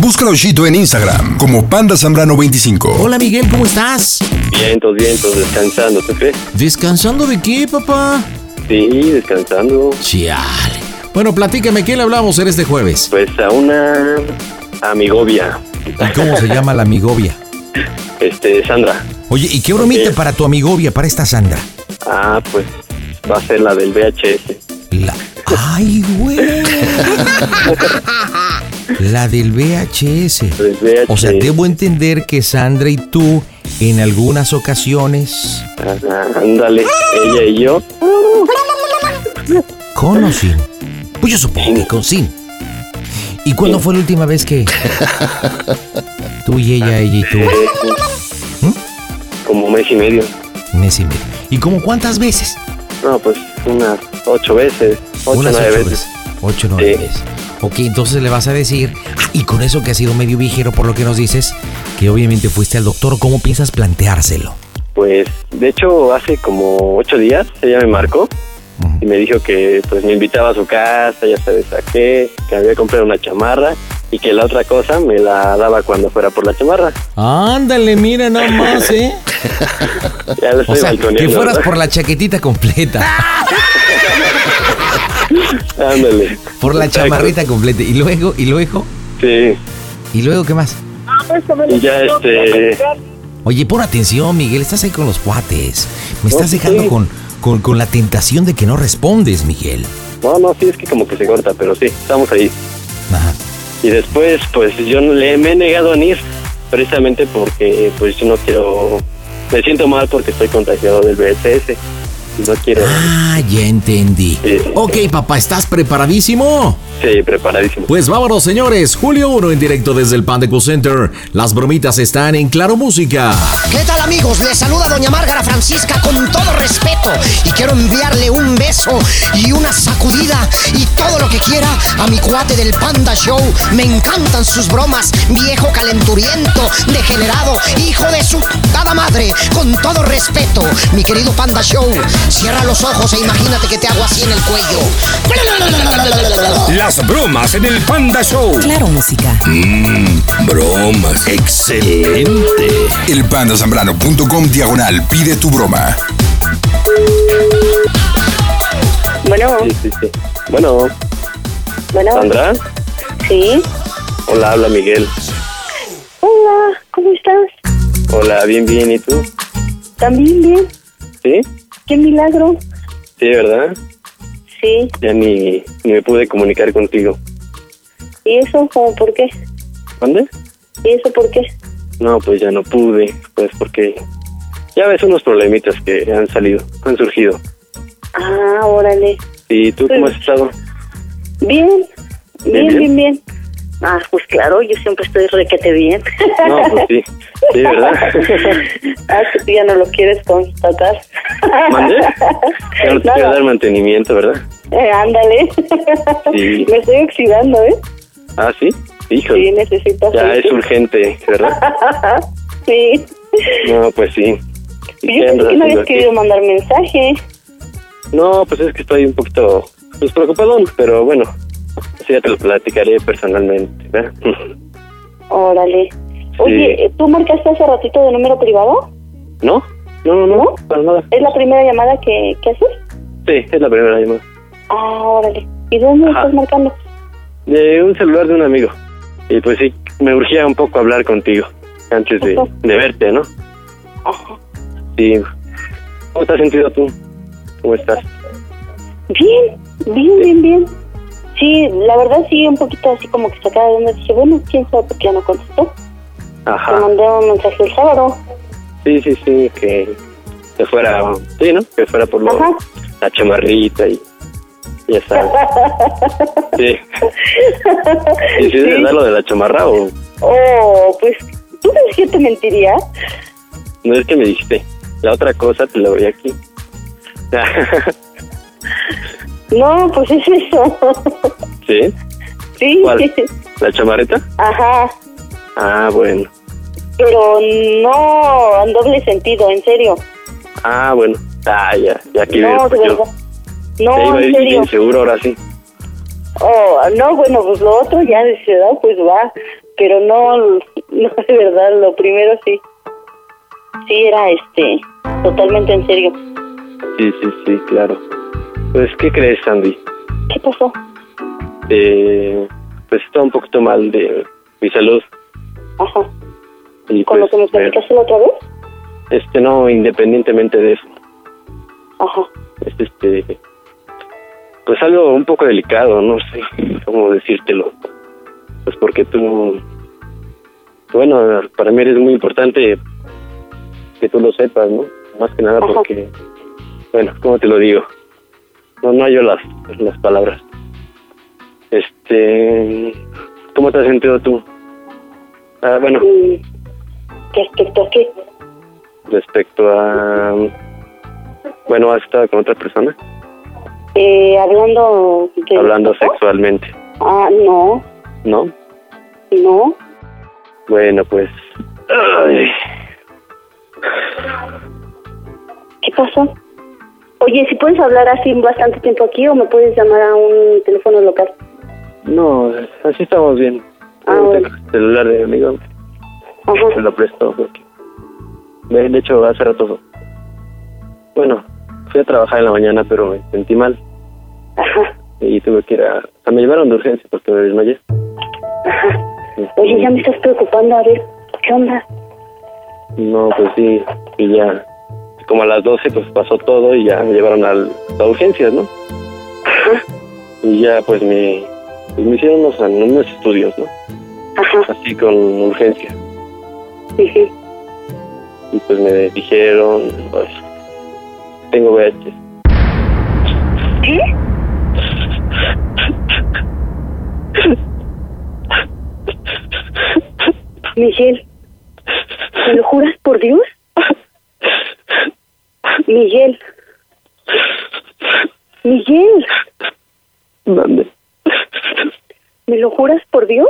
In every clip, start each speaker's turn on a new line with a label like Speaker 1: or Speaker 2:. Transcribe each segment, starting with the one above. Speaker 1: Busca Oshito en Instagram como Panda Zambrano 25.
Speaker 2: Hola Miguel, ¿cómo estás?
Speaker 3: Vientos, vientos, descansando, ¿tú crees?
Speaker 2: ¿Descansando de qué, papá?
Speaker 3: Sí, descansando.
Speaker 2: Chial. Bueno, platícame, ¿qué le hablamos en este jueves?
Speaker 3: Pues a una amigovia,
Speaker 2: ¿Y cómo se llama la amigovia?
Speaker 3: este, Sandra.
Speaker 2: Oye, ¿y qué bromita
Speaker 3: Ok.
Speaker 2: para tu amigovia, para esta Sandra?
Speaker 3: Ah, pues va a ser la del VHS.
Speaker 2: La... ¡Ay, güey! La del VHS.
Speaker 3: Del VHS.
Speaker 2: O sea, debo entender que Sandra y tú, en algunas ocasiones,
Speaker 3: Ajá, Ah, ándale, ella y yo.
Speaker 2: ¿Con o sin? Pues yo supongo que con sin. ¿Y cuándo fue la última vez que tú y ella, ella y tú?
Speaker 3: eh,
Speaker 2: ¿Mm?
Speaker 3: como un mes y medio.
Speaker 2: Mes y medio. ¿Y como cuántas veces?
Speaker 3: No, pues unas ocho veces, ocho,
Speaker 2: Unas
Speaker 3: nueve
Speaker 2: ocho
Speaker 3: veces.
Speaker 2: Ocho, nueve
Speaker 3: Sí.
Speaker 2: veces. Ok, entonces le vas a decir, ah, y con eso que has sido medio vigero por lo que nos dices, que obviamente fuiste al doctor, ¿cómo piensas planteárselo?
Speaker 3: Pues, de hecho, hace como ocho días ella me marcó y me dijo que pues me invitaba a su casa, ya sabes a qué, que había comprado una chamarra y que la otra cosa me la daba cuando fuera por la chamarra.
Speaker 2: Ándale, mira nada más, ¿eh?
Speaker 3: Ya lo
Speaker 2: O
Speaker 3: estoy
Speaker 2: sea, que
Speaker 3: balconeando,
Speaker 2: fueras
Speaker 3: ¿verdad?
Speaker 2: por la chaquetita completa,
Speaker 3: Ándale.
Speaker 2: por la
Speaker 3: Exacto.
Speaker 2: chamarrita completa. Y luego, y luego,
Speaker 3: Sí.
Speaker 2: y luego, ¿qué más?
Speaker 3: Y ya este.
Speaker 2: Oye, pon atención, Miguel, estás ahí con los cuates. Me estás
Speaker 3: Oh,
Speaker 2: dejando
Speaker 3: sí.
Speaker 2: con, con, con la tentación de que no respondes, Miguel.
Speaker 3: No, no, sí, es que como que se corta, pero sí, estamos ahí.
Speaker 2: Ajá.
Speaker 3: Y después, pues yo no- le me he negado a ir, precisamente porque pues yo no quiero. Me siento mal porque estoy contagiado del VSS. No quiero.
Speaker 2: Ah, ya entendí.
Speaker 3: Sí.
Speaker 2: Ok, papá, ¿estás preparadísimo?
Speaker 3: Sí, preparadísimo.
Speaker 2: Pues vámonos, señores. Julio 1 en directo desde el Panda Cool Center. Las bromitas están en Claro Música.
Speaker 4: ¿Qué tal amigos? Les saluda doña Márgara Francisca con todo respeto y quiero enviarle un beso y una sacudida y todo lo que quiera a mi cuate del Panda Show. Me encantan sus bromas, viejo calenturiento, degenerado, hijo de su cada madre, con todo respeto. Mi querido Panda Show, cierra los ojos e imagínate que te hago así en el cuello.
Speaker 5: Las bromas en el Panda Show.
Speaker 6: Claro, música.
Speaker 5: Bromas. Excelente.
Speaker 1: El pandasambrano.com diagonal pide tu broma.
Speaker 7: Bueno,
Speaker 3: Sí, sí, sí. Bueno,
Speaker 7: bueno,
Speaker 3: Sandra.
Speaker 7: sí.
Speaker 3: Hola, habla Miguel.
Speaker 7: Hola, ¿cómo estás?
Speaker 3: Hola, bien, bien. ¿Y tú?
Speaker 7: ¿También bien?
Speaker 3: ¿Sí?
Speaker 7: ¡Qué milagro!
Speaker 3: Sí, ¿verdad?
Speaker 7: Sí,
Speaker 3: Ya ni, ni me pude comunicar contigo.
Speaker 7: ¿y eso como por qué?
Speaker 3: ¿Dónde?
Speaker 7: ¿Y eso por qué?
Speaker 3: No, pues ya no pude, pues porque ya ves unos problemitas que han salido, han surgido.
Speaker 7: Ah, órale.
Speaker 3: ¿Y tú cómo has estado?
Speaker 7: Bien,
Speaker 3: Bien,
Speaker 7: bien,
Speaker 3: bien.
Speaker 7: bien, bien. Ah, pues claro, yo siempre estoy requete bien.
Speaker 3: No, pues sí, sí, ¿verdad?
Speaker 7: ah, que tú ya no lo quieres constatar.
Speaker 3: ¿Mandé? Ya no te quiero
Speaker 7: Nada.
Speaker 3: dar mantenimiento, ¿verdad?
Speaker 7: Eh, ándale.
Speaker 3: Sí.
Speaker 7: Me estoy oxidando, ¿eh?
Speaker 3: Ah, sí, híjole.
Speaker 7: Sí, necesitas.
Speaker 3: ya es
Speaker 7: eso.
Speaker 3: urgente, ¿verdad?
Speaker 7: Sí.
Speaker 3: No, pues sí. ¿Y qué
Speaker 7: Yo pensé
Speaker 3: andas
Speaker 7: que no
Speaker 3: haciendo
Speaker 7: habías
Speaker 3: aquí?
Speaker 7: querido mandar mensaje.
Speaker 3: No, pues es que estoy un poquito pues, preocupadón, pero bueno, así ya te lo platicaré personalmente, ¿verdad?
Speaker 7: Órale. Oye, eh, ¿tú marcaste hace ratito de número privado?
Speaker 3: ¿No? No, no, no, para nada.
Speaker 7: ¿Es la primera llamada que, que haces?
Speaker 3: Sí, es la primera llamada.
Speaker 7: Ah, órale. ¿Y dónde
Speaker 3: Ajá.
Speaker 7: estás marcando?
Speaker 3: De un celular de un amigo. Y pues sí, me urgía un poco hablar contigo antes de,
Speaker 7: Ajá.
Speaker 3: de verte, ¿no?
Speaker 7: Ajá.
Speaker 3: Sí. ¿Cómo te has sentido tú? ¿Cómo estás?
Speaker 7: Bien, bien, bien, bien. Sí, la verdad sí, un poquito así como que se acaba de onda. Dije, bueno, quién sabe por qué no contestó. Te
Speaker 3: Ajá.
Speaker 7: mandé un mensaje el sábado.
Speaker 3: Sí, sí, sí, que, que fuera, sí, ¿no? Que fuera por lo,
Speaker 7: Ajá.
Speaker 3: la chamarrita y ya sabes. Sí. ¿Y si es verdad lo de la chamarra o
Speaker 7: Oh, pues, ¿tú crees que te mentiría?
Speaker 3: no es que me dijiste? La otra cosa te la voy aquí.
Speaker 7: No, pues es eso.
Speaker 3: ¿Sí?
Speaker 7: sí.
Speaker 3: ¿Cuál? ¿La chamarrita?
Speaker 7: Ajá.
Speaker 3: Ah, bueno.
Speaker 7: Pero no en doble sentido, en serio.
Speaker 3: Ah, bueno. Ah, ya, ya aquí
Speaker 7: no,
Speaker 3: veo,
Speaker 7: de
Speaker 3: pues yo-
Speaker 7: verdad.
Speaker 3: Ya
Speaker 7: No,
Speaker 3: iba a
Speaker 7: en
Speaker 3: ir
Speaker 7: serio.
Speaker 3: bien seguro ahora sí.
Speaker 7: Oh, no, bueno, pues lo otro ya de su edad, pues va. Pero no, no, de verdad, lo primero sí. Sí, era este, totalmente en serio.
Speaker 3: Sí, sí, sí, claro. Pues, ¿qué crees, Sandy?
Speaker 7: ¿Qué pasó?
Speaker 3: Eh, pues está un poquito mal de mi salud.
Speaker 7: Ajá.
Speaker 3: Y
Speaker 7: ¿Con lo
Speaker 3: pues,
Speaker 7: que me platicaste la otra vez?
Speaker 3: este, no, independientemente de eso.
Speaker 7: Ajá.
Speaker 3: es este pues algo un poco delicado no sé cómo decírtelo pues porque tú bueno para mí eres muy importante que tú lo sepas no más que nada
Speaker 7: Ajá.
Speaker 3: porque bueno cómo te lo digo no no hallo las las palabras este cómo te has sentido tú ah, bueno
Speaker 7: Mm, ¿Respecto a qué?
Speaker 3: respecto a bueno has estado con otra persona
Speaker 7: Eh, hablando de...
Speaker 3: hablando
Speaker 7: sexo?
Speaker 3: sexualmente
Speaker 7: Ah, no,
Speaker 3: no
Speaker 7: no.
Speaker 3: Bueno, pues. ay,
Speaker 7: ¿Qué pasó? Oye, si puedes hablar así bastante tiempo aquí o me puedes llamar a un teléfono local.
Speaker 3: no, así estamos bien.
Speaker 7: Ah,
Speaker 3: Ahorita
Speaker 7: bueno.
Speaker 3: con El celular de mi amigo se
Speaker 7: Ajá.
Speaker 3: lo presto. Porque... De de hecho, hace rato. Bueno, fui a trabajar en la mañana, pero me sentí mal
Speaker 7: Ajá.
Speaker 3: y tuve que ir a. o sea, me llevaron de urgencia porque me desmayé.
Speaker 7: Oye, ya me estás preocupando, a ver, ¿qué onda?
Speaker 3: No, pues sí, y ya. Como a las 12, pues pasó todo y ya me llevaron al, a urgencias, ¿no? Y ya, pues me, pues, me hicieron unos, unos estudios, ¿no?
Speaker 7: Ajá.
Speaker 3: Así con urgencia.
Speaker 7: ujú.
Speaker 3: y pues me dijeron, pues, tengo VH.
Speaker 7: ¿Qué? Miguel, ¿me lo juras por Dios? Miguel. Miguel,
Speaker 3: ¿Dónde?
Speaker 7: ¿me lo juras por Dios?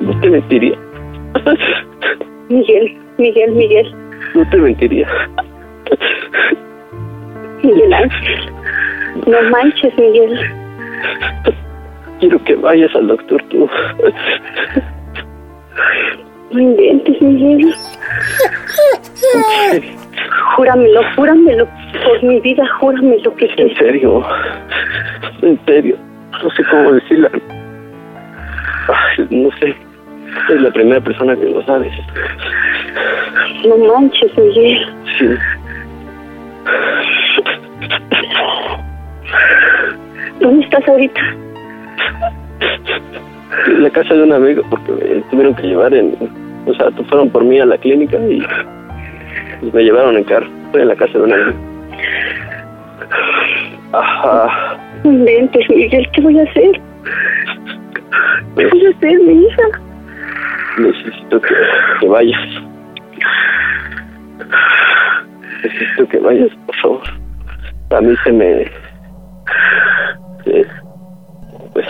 Speaker 3: No te mentiría,
Speaker 7: Miguel, Miguel, Miguel,
Speaker 3: no te mentiría.
Speaker 7: Miguel Ángel. No manches, Miguel.
Speaker 3: Quiero que vayas al doctor tú.
Speaker 7: No inventes, Miguel. Júramelo, júramelo por mi vida, júramelo que
Speaker 3: En
Speaker 7: sí.
Speaker 3: serio, en serio, no sé cómo decirla. Ay, No sé, es la primera persona que lo sabes.
Speaker 7: No manches, Miguel.
Speaker 3: Sí,
Speaker 7: ¿Dónde estás ahorita?
Speaker 3: en la casa de un amigo porque me tuvieron que llevar en... O sea, fueron por mí a la clínica y pues, me llevaron en carro. Estoy en la casa de un amigo. Ajá.
Speaker 7: No inventes, Miguel, ¿qué voy a hacer? ¿Qué voy a hacer, mi hija?
Speaker 3: Necesito que, que vayas. Necesito que vayas, por favor. A mí se me... se- pues,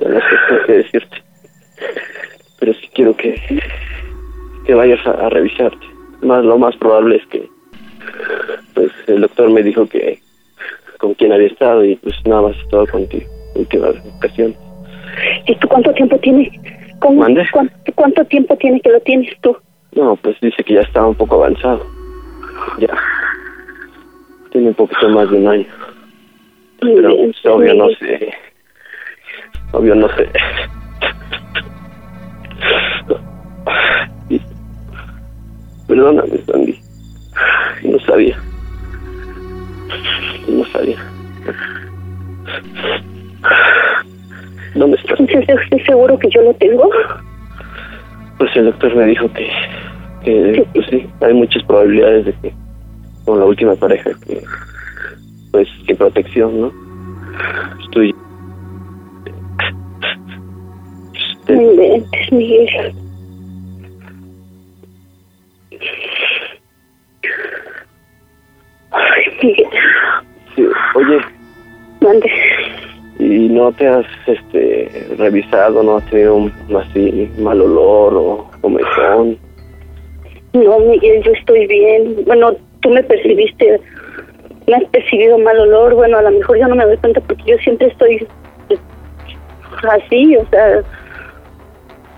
Speaker 3: ya no sé qué decirte. Pero sí quiero que, que vayas a, a revisarte. Más, lo más probable es que... Pues el doctor me dijo que con quien había estado y pues nada más he estado contigo. Última ocasión.
Speaker 7: ¿Y tú cuánto tiempo tienes? ¿Cómo-
Speaker 3: ¿Mande?
Speaker 7: cuán- ¿Cuánto tiempo tiene que lo tienes tú?
Speaker 3: No, pues dice que ya estaba un poco avanzado. Ya. Tiene un poquito más de un año.
Speaker 7: No
Speaker 3: Pero
Speaker 7: inventes,
Speaker 3: pues, obvio no
Speaker 7: Miguel.
Speaker 3: sé. Obvio, no sé. Perdóname, Sandy. No sabía. No sabía. ¿Dónde estás?
Speaker 7: ¿Estás seguro que yo lo tengo?
Speaker 3: Pues el doctor me dijo que, que pues sí, hay muchas probabilidades de que con la última pareja que pues sin protección, ¿no? Estoy Este,
Speaker 7: No inventes, Miguel. Ay, Miguel,
Speaker 3: Sí, Oye,
Speaker 7: mande.
Speaker 3: ¿y no te has este revisado, no has tenido un, así mal olor o comezón?
Speaker 7: No, Miguel, yo estoy bien. Bueno, tú me percibiste, me has percibido mal olor. Bueno, a lo mejor yo no me doy cuenta porque yo siempre estoy eh, así, o sea,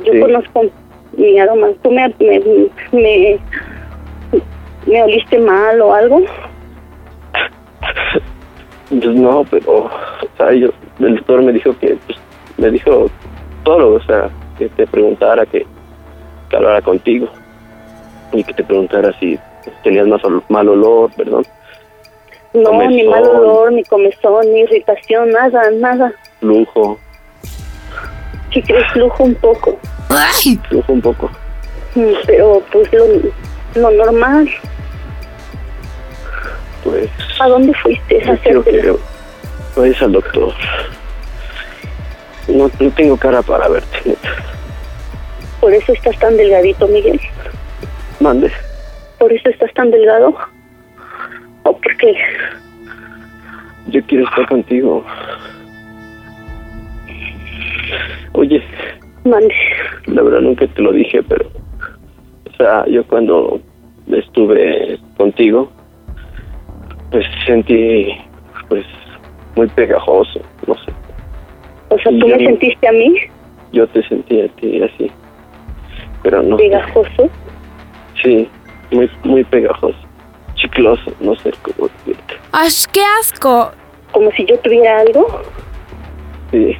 Speaker 7: yo
Speaker 3: Sí.
Speaker 7: conozco mi aroma. ¿Tú me, me, me, me oliste mal o algo?
Speaker 3: Pues no, pero, o sea, yo, el doctor me dijo que, pues, me dijo todo, o sea, que te preguntara, que, que hablara contigo y que te preguntara si tenías más ol- mal olor, perdón.
Speaker 7: No, ni
Speaker 3: Comezón.
Speaker 7: mal olor, ni comezón, ni irritación, nada, nada.
Speaker 3: Flujo,
Speaker 7: Sí crees flujo un poco,
Speaker 4: ¡Ay!
Speaker 3: flujo un poco.
Speaker 7: mm, pero pues lo, lo normal.
Speaker 3: Pues,
Speaker 7: ¿A dónde fuiste a
Speaker 3: yo quiero
Speaker 7: hacerte?
Speaker 3: que vayas al doctor. No, no tengo cara para verte, neta.
Speaker 7: Por eso estás tan delgadito, Miguel.
Speaker 3: Mande.
Speaker 7: Por eso estás tan delgado. ¿O por qué?
Speaker 3: Yo quiero estar contigo. Oye,
Speaker 7: Mande.
Speaker 3: la verdad nunca te lo dije, pero, o sea, yo cuando estuve contigo, pues sentí, pues, muy pegajoso, no sé,
Speaker 7: O sea,
Speaker 3: Y
Speaker 7: tú
Speaker 3: yo
Speaker 7: me
Speaker 3: no-
Speaker 7: sentiste a mí
Speaker 3: yo te sentí a ti así, pero no, sé.
Speaker 7: pegajoso.
Speaker 3: sí, muy, muy pegajoso, chicloso, no sé cómo decirte,
Speaker 8: ¡Ay, qué asco!
Speaker 7: Como si yo tuviera algo.
Speaker 3: sí,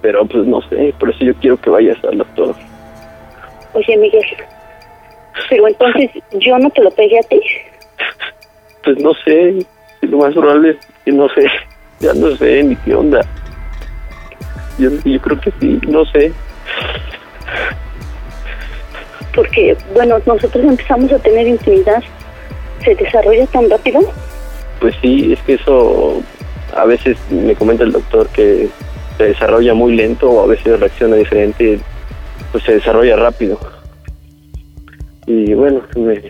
Speaker 3: pero pues no sé, por eso yo quiero que vayas al doctor,
Speaker 7: Oye, Miguel. Pero entonces yo no te lo pegué a ti.
Speaker 3: pues no sé, lo más probable es que no sé, ya no sé ni qué onda, yo, yo creo que sí, no sé.
Speaker 7: Porque, bueno, nosotros empezamos a tener intimidad. Se desarrolla tan rápido.
Speaker 3: Pues sí, es que eso a veces me comenta el doctor que se desarrolla muy lento o a veces reacciona diferente, pues se desarrolla rápido. Y bueno, me,
Speaker 7: Oye,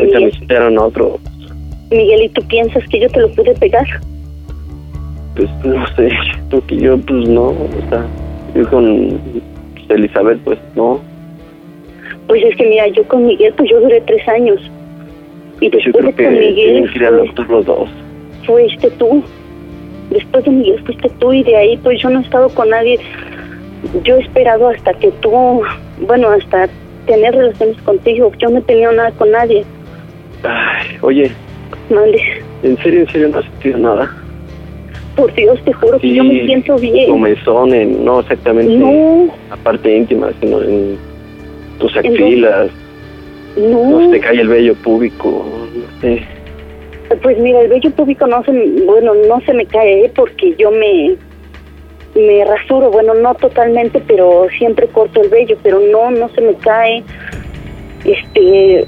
Speaker 3: ahorita me
Speaker 7: Miguel,
Speaker 3: citaron a otro,
Speaker 7: Miguel, ¿y tú piensas que yo te lo pude pegar?
Speaker 3: pues no sé, siento que yo pues no, o sea, yo con Elizabeth pues no,
Speaker 7: Pues es que mira, yo con Miguel, pues yo duré tres años. Y
Speaker 3: pues yo creo
Speaker 7: después de
Speaker 3: que
Speaker 7: con Miguel pues,
Speaker 3: tienen que ir al doctor los dos.
Speaker 7: fue- fuiste tú. Después de Miguel fuiste tú y de ahí pues yo no he estado con nadie. Yo he esperado hasta que tú, bueno, hasta tener relaciones contigo. Yo no he tenido nada con nadie.
Speaker 3: Ay, oye,
Speaker 7: Mande,
Speaker 3: en serio, en serio no has sentido nada.
Speaker 7: por Dios, te juro que yo me
Speaker 3: Sí,
Speaker 7: siento bien.
Speaker 3: Comezón en, no exactamente
Speaker 7: No,
Speaker 3: la parte íntima, sino en tus
Speaker 7: dónde?
Speaker 3: axilas.
Speaker 7: no.
Speaker 3: No se te cae el vello público, no sé.
Speaker 7: Pues mira, el vello público no se, me- bueno, no se me cae ¿eh? porque yo me me rasuro, bueno, no totalmente, pero siempre corto el vello, pero no, no se me cae. Este,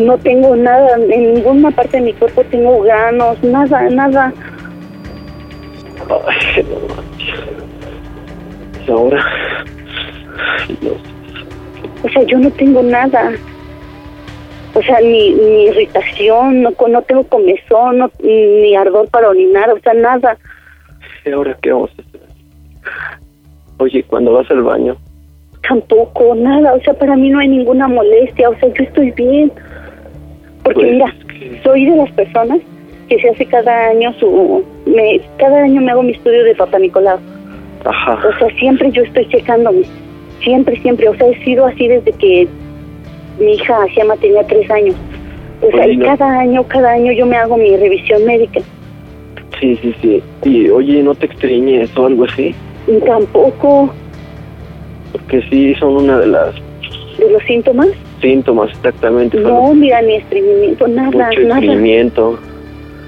Speaker 7: no tengo nada, en ninguna parte de mi cuerpo tengo granos, nada, nada.
Speaker 3: Ay, no manches. Y ahora, Ay, no sé.
Speaker 7: O sea, yo no tengo nada. O sea, ni, ni irritación, no, co- no tengo comezón, no- ni ardor para orinar, o sea, nada.
Speaker 3: ¿y ahora qué vamos a hacer? Oye, cuando vas al baño,
Speaker 7: Tampoco, nada, o sea, para mí no hay ninguna molestia, o sea, yo estoy bien. Porque
Speaker 3: Pues,
Speaker 7: mira,
Speaker 3: es que-
Speaker 7: soy de las personas que se hace cada año su... Me, cada año me hago mi estudio de Papá Nicolau.
Speaker 3: ajá,
Speaker 7: O sea, siempre yo estoy checándome. Siempre, siempre. O sea, he sido así desde que mi hija Siama tenía tres años. O sea,
Speaker 3: Oye,
Speaker 7: y
Speaker 3: ¿no?
Speaker 7: cada año, cada año yo me hago mi revisión médica.
Speaker 3: sí, sí, sí. Y oye, no te extrañes o algo así,
Speaker 7: Y tampoco
Speaker 3: porque sí son una de las
Speaker 7: de los síntomas.
Speaker 3: síntomas exactamente. son
Speaker 7: No, mira, ni estreñimiento, nada,
Speaker 3: mucho
Speaker 7: nada.
Speaker 3: estreñimiento,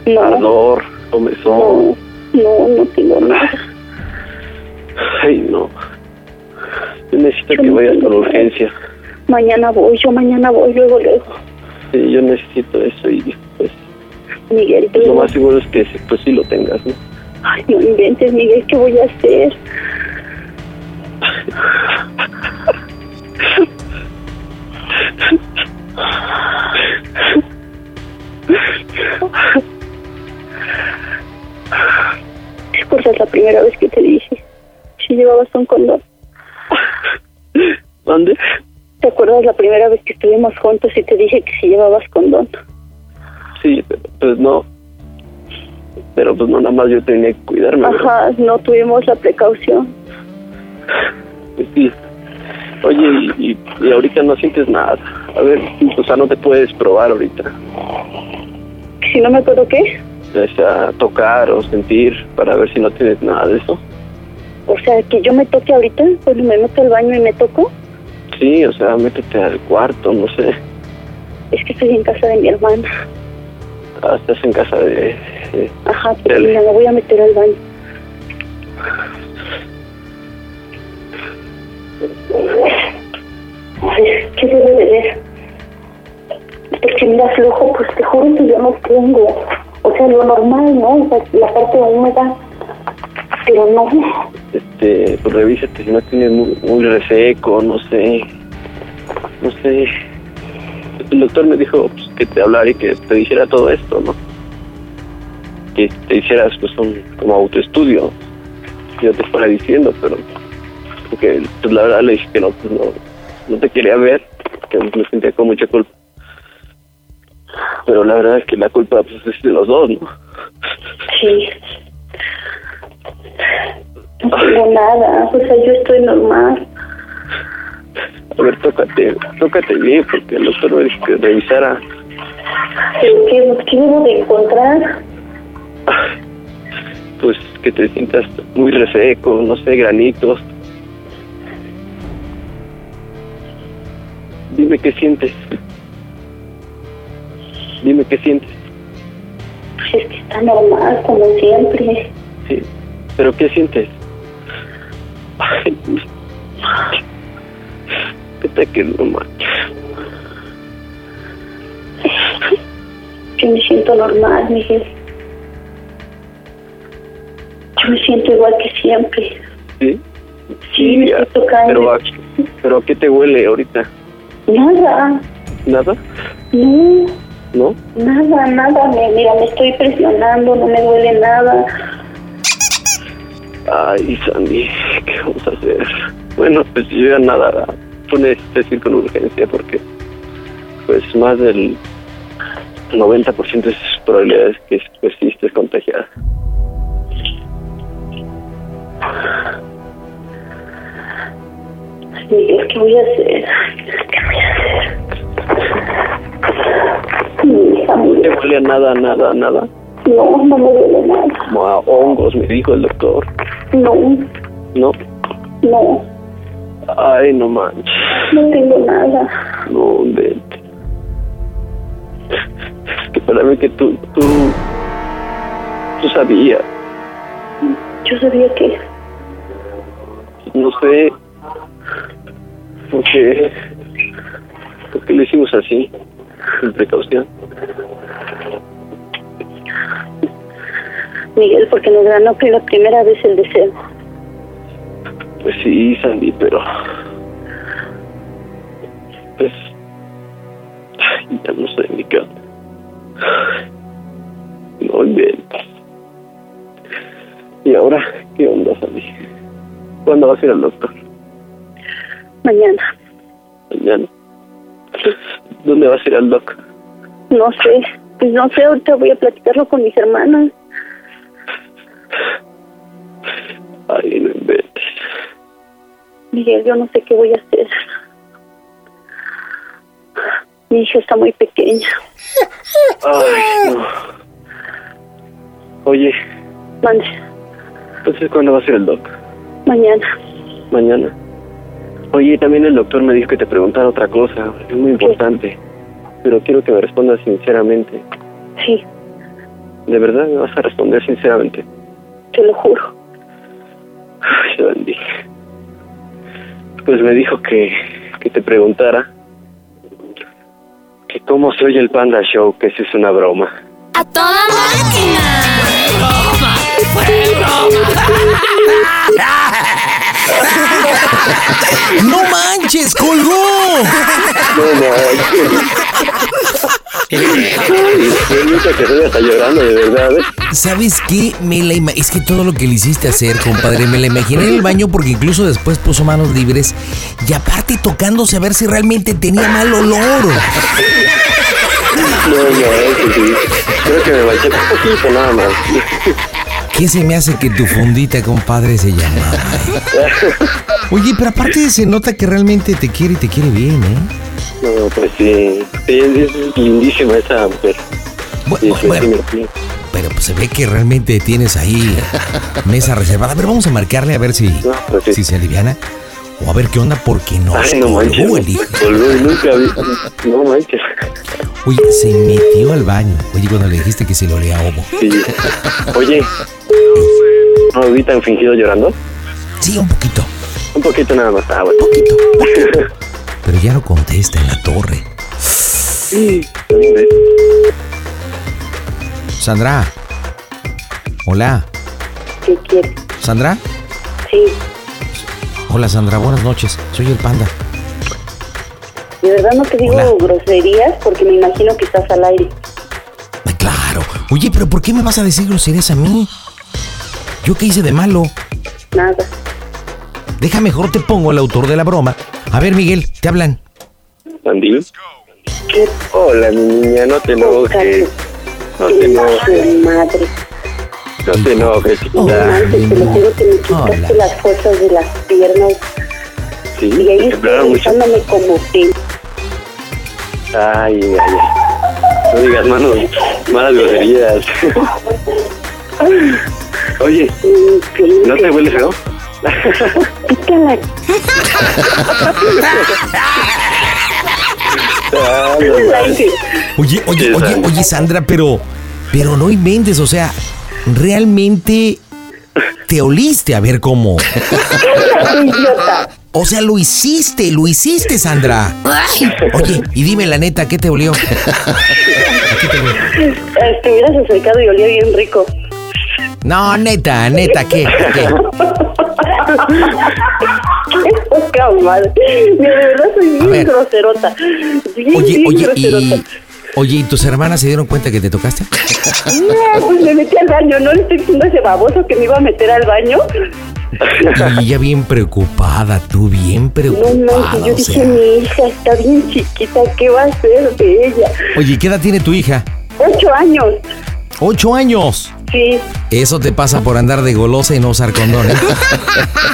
Speaker 7: No,
Speaker 3: ardor, comezón.
Speaker 7: no, no, no tengo nada.
Speaker 3: Ay, no. Yo necesito que vayas con urgencia.
Speaker 7: Mañana voy, yo mañana voy, luego, luego.
Speaker 3: Sí, yo necesito eso y pues
Speaker 7: Miguel,
Speaker 3: Pues lo
Speaker 7: pero-
Speaker 3: más seguro es que sí, pues sí lo tengas, ¿no?
Speaker 7: Ay, no inventes, Miguel, ¿qué voy a hacer? ¿Te acuerdas la primera vez que te dije? Si llevabas un condón.
Speaker 3: ¿Dónde?
Speaker 7: ¿Te acuerdas la primera vez que estuvimos juntos y te dije que si llevabas condón?
Speaker 3: Sí, pero, pues no. Pero pues no, nada más yo tenía que cuidarme. ¿verdad?
Speaker 7: Ajá, no tuvimos la precaución.
Speaker 3: Pues sí. Oye, y, y- y ahorita no sientes nada. A ver, o sea, no te puedes probar ahorita.
Speaker 7: Si no me acuerdo qué,
Speaker 3: O sea, tocar o sentir para ver si no tienes nada de eso.
Speaker 7: o sea, que yo me toque ahorita, pues me meto al baño y me toco,
Speaker 3: Sí, o sea, métete al cuarto, no sé.
Speaker 7: es que estoy en casa de mi hermana.
Speaker 3: Ah, Estás en casa de... de-
Speaker 7: Ajá, pero
Speaker 3: Dale.
Speaker 7: mira, me voy a meter al baño. Ay, ¿qué debe de ver? Porque mira, flojo, pues te juro que yo no tengo. O sea, lo normal, ¿no? O sea, La parte húmeda, pero no.
Speaker 3: Este, pues revísate si no tienes muy, muy reseco, no sé. No sé. El doctor me dijo pues, que te hablara y que te dijera todo esto, ¿no? Que te hicieras pues un como autoestudio. que Yo te fuera diciendo, pero porque pues, la verdad le dije que no, pues no, no te quería ver, que me sentía con mucha culpa. Pero la verdad es que la culpa pues, es de los dos, ¿no?
Speaker 7: Sí. No tengo nada. O sea, yo estoy normal.
Speaker 3: A ver, tócate, tócate bien, porque el doctor me dijo que revisara
Speaker 7: ¿Pero qué, qué debo de encontrar?
Speaker 3: pues que te sientas muy reseco, no sé, granitos. Dime qué sientes. Dime qué sientes.
Speaker 7: Pues es que está normal, como siempre.
Speaker 3: Sí. Pero qué sientes. Ay, Vete que no manches.
Speaker 7: Yo me siento normal, Miguel. Yo me siento igual que siempre.
Speaker 3: Sí.
Speaker 7: Sí, me estoy tocando.
Speaker 3: Pero a, pero a qué te huele ahorita?
Speaker 7: Nada,
Speaker 3: ¿Nada?
Speaker 7: no,
Speaker 3: ¿No?
Speaker 7: nada, nada. Me, mira, me estoy presionando, no me duele nada.
Speaker 3: Ay, Sandy, ¿qué vamos a hacer? Bueno, pues yo ya nada, tú necesitas ir con urgencia porque pues más del 90% de sus probabilidades que pues, sí estés contagiada.
Speaker 7: Miguel, ¿qué voy a hacer? ¿Qué voy a hacer? Mi hija,
Speaker 3: No te
Speaker 7: mira,
Speaker 3: huele a nada, nada, nada.
Speaker 7: no, no me duele nada.
Speaker 3: Como a hongos, me dijo el doctor.
Speaker 7: No,
Speaker 3: No,
Speaker 7: no,
Speaker 3: ay, no manches.
Speaker 7: no tengo nada.
Speaker 3: No, vete. Es que para mí que tú, tú, tú sabías.
Speaker 7: Yo sabía que
Speaker 3: No sé por qué, por qué lo hicimos así, sin precaución.
Speaker 7: Miguel, porque nos ganó que la primera vez el deseo.
Speaker 3: Pues sí, Sandy, pero... Pues... ay, ya no sé ni qué. onda. No inventes. ¿Y ahora qué onda, Sandy? ¿Cuándo vas a ir al doctor?
Speaker 7: Mañana,
Speaker 3: Mañana. ¿Dónde vas a ir al doctor?
Speaker 7: no sé, pues no sé, ahorita voy a platicarlo con mis hermanas.
Speaker 3: Ay, no inventes.
Speaker 7: Miguel, yo no sé qué voy a hacer. Mi hija está muy pequeña.
Speaker 3: Ay, no. Oye,
Speaker 7: Mande,
Speaker 3: Entonces, ¿cuándo vas a ir al doc?
Speaker 7: mañana.
Speaker 3: Mañana. Oye, también el doctor me dijo que te preguntara otra cosa, es muy importante. Pero quiero que me respondas sinceramente.
Speaker 7: Sí,
Speaker 3: ¿De verdad me vas a responder sinceramente?
Speaker 7: te lo juro.
Speaker 3: Ay, lo bendiga. Pues me dijo que, que te preguntara que cómo se oye el Panda Show, que si es una broma.
Speaker 8: ¡A toda máquina!
Speaker 2: ¡No manches! ¡Colgó!
Speaker 3: No, no. Permita que estoy hasta llorando, de verdad. ¿eh?
Speaker 2: ¿Sabes qué? Me la ima- es que todo lo que le hiciste hacer, compadre, me la imaginé en el baño porque incluso después puso manos libres y aparte tocándose a ver si realmente tenía mal olor.
Speaker 3: No, no, es que sí. Creo que me manché un poquito nada más.
Speaker 2: ¿Qué se me hace que tu fundita, compadre, se llama? Oye, pero aparte se nota que realmente te quiere y te quiere bien, ¿eh?
Speaker 3: No, pues sí. Sí, es, es lindísima esa mujer.
Speaker 2: Bu-
Speaker 3: Sí, sí, sí,
Speaker 2: bueno,
Speaker 3: sí.
Speaker 2: pero pues se ve que realmente tienes ahí mesa reservada. A ver, vamos a marcarle a ver si,
Speaker 3: No, pues sí.
Speaker 2: si se aliviana o a ver qué onda porque no
Speaker 3: Ay, no manches. Volvió y nunca vi. No manches.
Speaker 2: Oye, se metió al baño. Oye, cuando le dijiste que se lo olía a ovo.
Speaker 3: Sí. Oye, ¿no vi tan fingido llorando?
Speaker 2: Sí, un poquito,
Speaker 3: Un poquito nada más. Ah, bueno.
Speaker 2: poquito, poquito. Pero ya no contesta en la torre. Sandra. Hola.
Speaker 7: ¿Qué quieres?
Speaker 2: Sandra.
Speaker 7: Sí,
Speaker 2: Hola, Sandra. Buenas noches. Soy el panda.
Speaker 7: de verdad no te digo
Speaker 2: Hola.
Speaker 7: groserías porque me imagino que estás al aire.
Speaker 2: Ay, claro. Oye, pero ¿por qué me vas a decir groserías a mí? ¿Yo qué hice de malo?
Speaker 7: Nada.
Speaker 2: Deja mejor te pongo el autor de la broma. A ver, Miguel, te hablan.
Speaker 3: ¿Mandil?
Speaker 7: ¿Qué
Speaker 3: Hola, mi niña, no te enojes. No te enojes.
Speaker 7: de madre?
Speaker 3: No te enojes, chiquita.
Speaker 7: Ay, te lo juro que me quitaste
Speaker 2: Hola.
Speaker 7: las fuerzas de las piernas
Speaker 3: Sí,
Speaker 7: Oh. y ahí
Speaker 3: te temblaron
Speaker 7: estoy
Speaker 3: mucho.
Speaker 7: usándome como te.
Speaker 3: Ay, ay, ay. No digas manos, malas groserías. Oye,
Speaker 7: mm,
Speaker 3: ¿no te huele feo?
Speaker 7: Pícala.
Speaker 3: Ah, no, no.
Speaker 2: Oye, oye,
Speaker 3: Sí,
Speaker 2: oye,
Speaker 3: Sandra.
Speaker 2: oye, Sandra, pero, pero no inventes, o sea, realmente te oliste a ver cómo. O sea, lo hiciste, lo hiciste, Sandra.
Speaker 8: ¡Ay!
Speaker 2: Oye, y dime la neta, ¿qué te olió? ¿A qué te olió?
Speaker 7: Eh, Te hubieras acercado y olía bien rico.
Speaker 2: No, neta, neta, ¿qué? ¿Qué?
Speaker 7: Qué poca madre. De verdad soy
Speaker 2: A ver.
Speaker 7: bien groserota. Bien,
Speaker 2: Oye,
Speaker 7: bien
Speaker 2: oye,
Speaker 7: groserota.
Speaker 2: y. Oye, ¿y tus hermanas se dieron cuenta que te tocaste? Ah.
Speaker 7: No, pues me metí al baño. No le estoy diciendo a ese baboso que me iba a meter al baño.
Speaker 2: Y ya bien preocupada, tú bien
Speaker 7: No, no,
Speaker 2: preocupada.
Speaker 7: que yo
Speaker 2: o
Speaker 7: dije,
Speaker 2: sea.
Speaker 7: mi hija está bien chiquita. ¿Qué va a hacer de ella?
Speaker 2: Oye, ¿qué edad tiene tu hija?
Speaker 7: Ocho años.
Speaker 2: Ocho años.
Speaker 7: Sí,
Speaker 2: Eso te pasa por andar de golosa y no usar condón, ¿eh?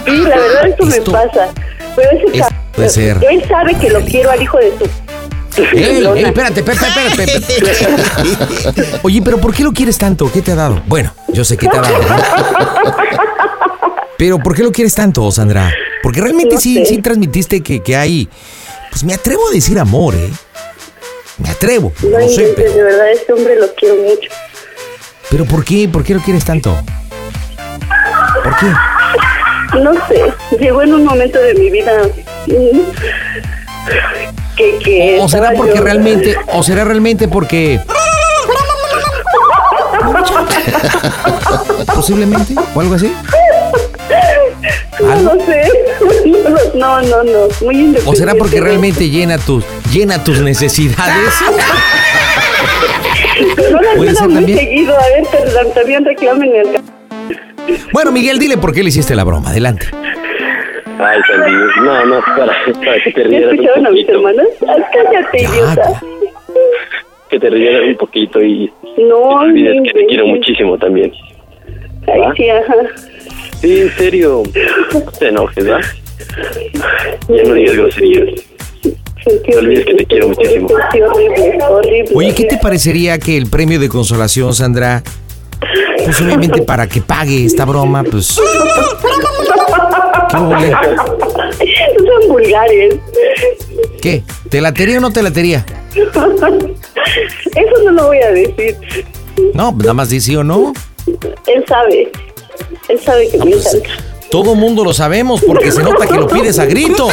Speaker 7: sí, la verdad eso
Speaker 2: Esto-
Speaker 7: me pasa. Pero ese
Speaker 2: Esto
Speaker 7: cabrón,
Speaker 2: puede ser.
Speaker 7: Él sabe que lo quiero al hijo de su.
Speaker 2: ¡Ey, ey, espérate, espérate, espérate, espérate. Oye, pero ¿por qué lo quieres tanto? ¿Qué te ha dado? Bueno, yo sé qué te ha dado. ¿no? Pero ¿por qué lo quieres tanto, Sandra? Porque realmente
Speaker 7: No
Speaker 2: sí,
Speaker 7: sé.
Speaker 2: sí transmitiste que, que hay... Pues me atrevo a decir amor, ¿eh? Me atrevo,
Speaker 7: No,
Speaker 2: no sé,
Speaker 7: inventes,
Speaker 2: pero,
Speaker 7: de verdad, este hombre lo quiero mucho.
Speaker 2: pero ¿por qué? ¿Por qué lo quieres tanto? ¿Por qué?
Speaker 7: No sé, llegó en un momento de mi vida mm, que, que
Speaker 2: ¿O será
Speaker 7: estaba
Speaker 2: porque
Speaker 7: yo-
Speaker 2: realmente, o será realmente porque... Posiblemente, o algo así.
Speaker 7: No
Speaker 2: algo?
Speaker 7: lo sé. No, no, no. Muy independiente.
Speaker 2: ¿O será porque realmente llena tus, llena tus necesidades?
Speaker 7: No la
Speaker 2: puede
Speaker 7: suena
Speaker 2: ser
Speaker 7: muy
Speaker 2: también?
Speaker 7: seguido. A ver, perdón, también reclamen el.
Speaker 2: Bueno, Miguel, dile por qué le hiciste la broma. Adelante.
Speaker 3: Ay, Sandil. No, no, para, para que te
Speaker 7: ¿Ya
Speaker 3: rieras
Speaker 7: escucharon
Speaker 3: un
Speaker 7: a mis
Speaker 3: poquito.
Speaker 7: hermanas? Ay,
Speaker 2: Ah,
Speaker 7: cállate, idiota.
Speaker 3: Que te rieras un poquito y
Speaker 7: No,
Speaker 3: no olvides que te quiero
Speaker 7: inventes.
Speaker 3: muchísimo también.
Speaker 7: Ay,
Speaker 3: ¿va?
Speaker 7: sí, ajá.
Speaker 3: Sí, en serio. No te enojes, ¿va? Ya no digas groserías.
Speaker 7: Sentí
Speaker 3: No olvides que te quiero
Speaker 7: horrible,
Speaker 3: muchísimo.
Speaker 7: Sentí horrible, horrible.
Speaker 2: Oye, ¿qué te parecería que el premio de consolación, Sandra, Pues obviamente para que pague esta broma, pues. ¿Qué, ole?
Speaker 7: Son vulgares.
Speaker 2: ¿Qué? ¿Te latería o no te latería?
Speaker 7: Eso no lo voy a decir.
Speaker 2: No, pues nada más di sí o no.
Speaker 7: Él sabe. Él sabe que me encanta.
Speaker 2: Todo mundo lo sabemos porque se nota que lo pides a grito.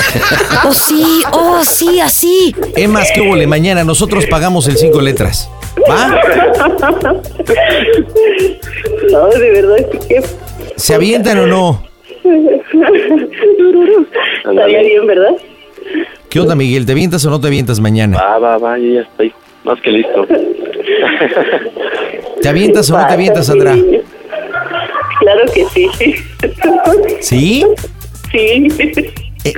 Speaker 8: Oh, sí, oh, sí, así.
Speaker 2: Es más que huele mañana, nosotros pagamos el cinco letras. ¿Va?
Speaker 7: No, de verdad, sí que.
Speaker 2: ¿Se avientan o no?
Speaker 7: Estaría bien, ¿verdad?
Speaker 2: ¿Qué onda, Miguel? ¿Te avientas o no te avientas mañana?
Speaker 3: Va, va, va, yo ya estoy más que listo.
Speaker 2: ¿Te avientas o no te avientas, Sandra?
Speaker 7: Claro que sí.
Speaker 2: ¿Sí?
Speaker 7: Sí.
Speaker 2: Eh,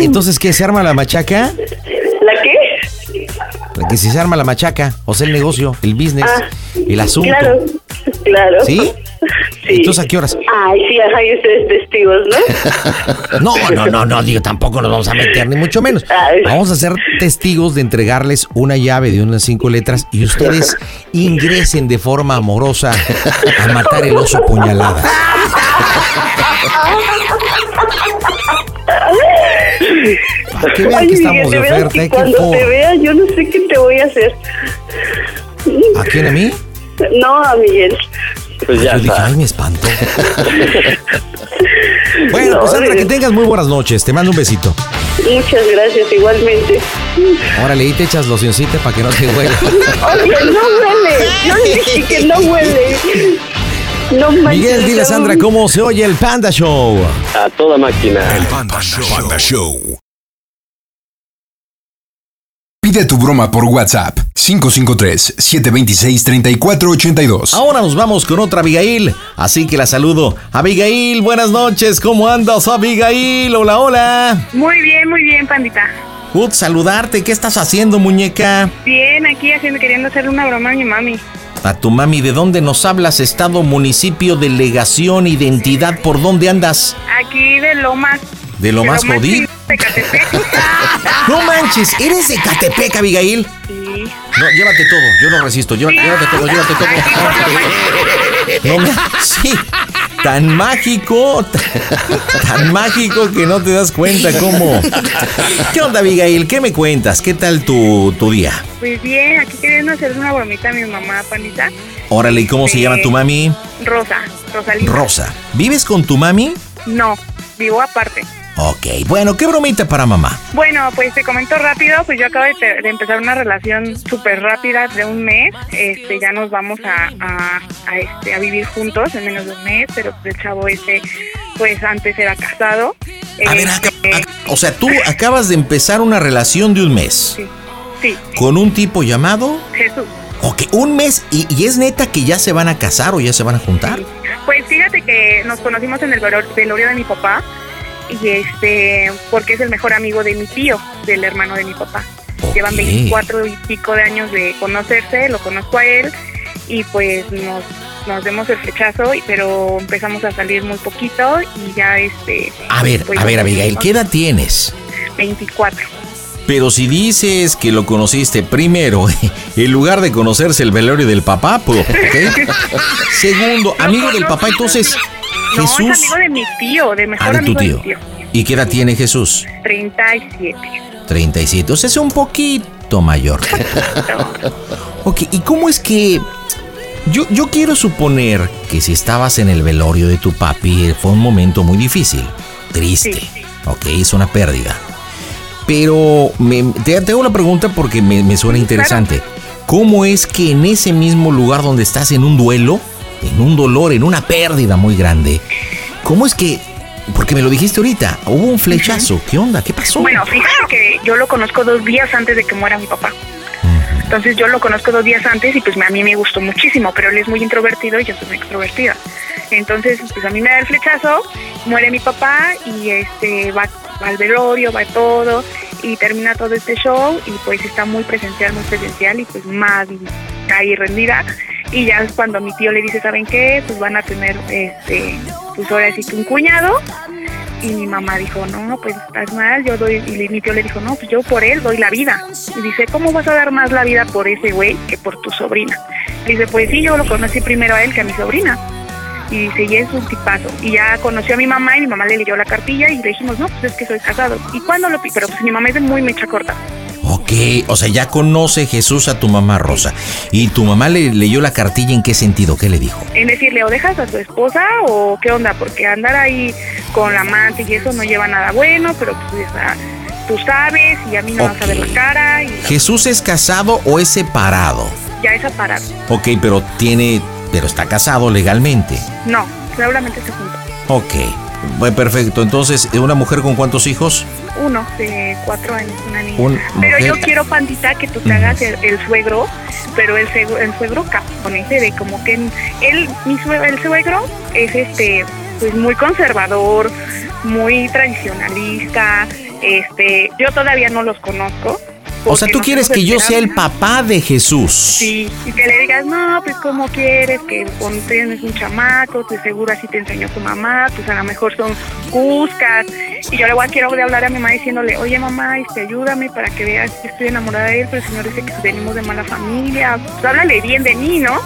Speaker 2: Entonces, ¿qué? ¿Se arma la machaca?
Speaker 7: ¿La qué?
Speaker 2: La que si se arma la machaca, o sea, el negocio, el business,
Speaker 7: Ah,
Speaker 2: el asunto.
Speaker 7: Claro, claro.
Speaker 2: ¿Sí?
Speaker 7: Sí.
Speaker 2: Entonces, ¿a qué horas?
Speaker 7: Ay, sí, ajá, y ustedes testigos, ¿no?
Speaker 2: No, no, no, no, digo, tampoco nos vamos a meter, ni mucho menos.
Speaker 7: Ay.
Speaker 2: Vamos a ser testigos de entregarles una llave de unas cinco letras y ustedes ingresen de forma amorosa a matar el oso puñalada. Para que vean
Speaker 7: Ay,
Speaker 2: que
Speaker 7: Miguel,
Speaker 2: estamos
Speaker 7: de
Speaker 2: de
Speaker 7: veras
Speaker 2: oferta,
Speaker 7: que
Speaker 2: ¿eh? ¿Qué
Speaker 7: cuando
Speaker 2: for-
Speaker 7: te vea, yo no sé qué te voy a hacer.
Speaker 2: ¿A quién a mí?
Speaker 7: No, a Miguel.
Speaker 3: Pues ya
Speaker 2: Yo dije,
Speaker 3: está.
Speaker 2: ay, me espanto. bueno, pues
Speaker 7: No,
Speaker 2: Sandra,
Speaker 7: de-
Speaker 2: que tengas muy buenas noches. Te mando un besito.
Speaker 7: Muchas gracias, igualmente.
Speaker 2: Órale, y te echas locioncita para que no te huela.
Speaker 7: Oye, no huele. Yo le dije que no huele. No manches.
Speaker 2: Miguel, dile a
Speaker 7: no.
Speaker 2: Sandra cómo se oye el Panda Show.
Speaker 3: A toda máquina.
Speaker 9: Panda Show. Panda Show.
Speaker 1: Pide tu broma por WhatsApp 553-726-3482.
Speaker 2: Ahora nos vamos con otra Abigail, así que la saludo. Abigail, buenas noches, ¿cómo andas, Abigail? Hola, hola.
Speaker 10: Muy bien, muy bien, pandita.
Speaker 2: Ut, saludarte, ¿qué estás haciendo, muñeca?
Speaker 10: Bien, aquí haciendo, queriendo hacerle una broma a mi mami.
Speaker 2: A tu mami, ¿de dónde nos hablas? Estado, municipio, delegación, identidad, ¿por dónde andas?
Speaker 10: Aquí de Lomas.
Speaker 2: ¿De lo más
Speaker 10: Lomas
Speaker 2: jodido?
Speaker 10: De Catepec.
Speaker 2: No manches, ¿eres de Catepec, Abigail?
Speaker 10: Sí.
Speaker 2: No, llévate todo, yo no resisto, llévate, llévate todo, llévate todo.
Speaker 10: Aquí por lo menos.
Speaker 2: No me- sí, tan mágico, tan, tan mágico que no te das cuenta cómo. ¿Qué onda, Abigail? ¿Qué me cuentas? ¿Qué tal tu, tu día?
Speaker 10: Pues bien, aquí queriendo hacerle una bromita a mi mamá, pandita.
Speaker 2: Órale, ¿y cómo se llama tu mami?
Speaker 10: Rosa, Rosalina.
Speaker 2: Rosa. ¿Vives con tu mami?
Speaker 10: No, vivo aparte.
Speaker 2: Ok, bueno, ¿qué bromita para mamá?
Speaker 10: Bueno, pues te comento rápido, pues yo acabo de, te- de empezar una relación súper rápida de un mes, este, ya nos vamos a, a- a, este, a vivir juntos en menos de un mes, pero pues el chavo este, pues antes era casado.
Speaker 2: A ver,
Speaker 10: Este,
Speaker 2: acá- acá- o sea, tú acabas de empezar una relación de un mes
Speaker 10: sí, sí,
Speaker 2: con un tipo llamado...
Speaker 10: Jesús.
Speaker 2: Ok, un mes y, y es neta que ya se van a casar o ya se van a juntar.
Speaker 10: Pues fíjate que nos conocimos en el velor- velorio de mi papá, y este, porque es el mejor amigo de mi tío, del hermano de mi papá. Llevan
Speaker 2: Ok.
Speaker 10: 24 y pico de años de conocerse, lo conozco a él y pues nos, nos demos el flechazo, y- pero empezamos a salir muy poquito y ya este...
Speaker 2: A ver,
Speaker 10: pues,
Speaker 2: a ver, Abigail, ¿qué edad tienes?
Speaker 10: 24.
Speaker 2: Pero si dices que lo conociste primero, en lugar de conocerse el velorio del papá, pues, ¿ok? Segundo, amigo del papá, entonces,
Speaker 10: No,
Speaker 2: Jesús.
Speaker 10: es amigo de mi tío, de
Speaker 2: Ah,
Speaker 10: mejor
Speaker 2: de tu
Speaker 10: amigo
Speaker 2: tío.
Speaker 10: de mi tío.
Speaker 2: ¿Y qué edad tiene Jesús?
Speaker 10: 37.
Speaker 2: 37. O sea, es un poquito mayor. que tú. ok, ¿y cómo es que.? Yo, yo quiero suponer que si estabas en el velorio de tu papi eh, fue un momento muy difícil, triste,
Speaker 10: Sí.
Speaker 2: ok, es una pérdida. Pero me, te, te hago la pregunta porque me, me suena interesante. ¿Cómo es que en ese mismo lugar donde estás en un duelo, en un dolor, en una pérdida muy grande, cómo es que, porque me lo dijiste ahorita, hubo un flechazo, ¿qué onda? ¿Qué pasó?
Speaker 10: Bueno, fíjate que yo lo conozco dos días antes de que muera mi papá. Entonces yo lo conozco dos días antes y pues a mí me gustó muchísimo, pero él es muy introvertido y yo soy muy extrovertida. Entonces pues a mí me da el flechazo, muere mi papá y este va, va al velorio, va todo y termina todo este show y pues está muy presencial, muy presencial y pues más cae rendida y ya es cuando mi tío le dice, ¿saben qué? Pues van a tener este pues ahora sí que un cuñado y mi mamá dijo, no, pues estás mal, yo doy, y mi tío le dijo, no, pues yo por él doy la vida. Y dice, ¿cómo vas a dar más la vida por ese güey que por tu sobrina? Le dice, pues sí, yo lo conocí primero a él que a mi sobrina. Y seguía es un tipazo. Y ya conoció a mi mamá y mi mamá le leyó la cartilla y le dijimos, no, pues es que soy casado. ¿Y cuándo lo pi-?" Pero pues mi mamá es de muy mecha corta.
Speaker 2: Ok, o sea, ya conoce Jesús a tu mamá Rosa. ¿Y tu mamá le leyó la cartilla en qué sentido? ¿Qué le dijo?
Speaker 10: En decirle, o dejas a tu esposa o qué onda, porque andar ahí con la amante y eso no lleva nada bueno, pero pues ah, tú sabes y a mí no vas a ver la cara y
Speaker 2: ¿Jesús es casado o es separado?
Speaker 10: ya es parado.
Speaker 2: Ok, pero tiene, pero está casado legalmente.
Speaker 10: No, seguramente se junta.
Speaker 2: Ok, bueno, perfecto. Entonces, ¿eh, ¿una mujer con cuántos hijos?
Speaker 10: Uno de cuatro años, una niña.
Speaker 2: Un-
Speaker 10: pero yo
Speaker 2: mujer.
Speaker 10: quiero, Pandita, que tú te hagas el, el suegro, pero el, sue- el suegro caponete de como que él, mi sue- el suegro es este, pues muy conservador, muy tradicionalista, este, yo todavía no los conozco.
Speaker 2: O sea,
Speaker 10: porque
Speaker 2: ¿tú
Speaker 10: nos
Speaker 2: quieres
Speaker 10: hemos
Speaker 2: que yo sea el
Speaker 10: enterado-
Speaker 2: papá de Jesús?
Speaker 10: Sí, y que le digas, no, pues como quieres, que cuando tienes un chamaco, pues seguro así te enseñó tu mamá, pues a lo mejor son cuscas. Y yo le voy a quiero hablar a mi mamá diciéndole, oye mamá, este, ayúdame para que veas que estoy enamorada de él, pero el señor dice que venimos de mala familia, pues háblale bien de mí, ¿no?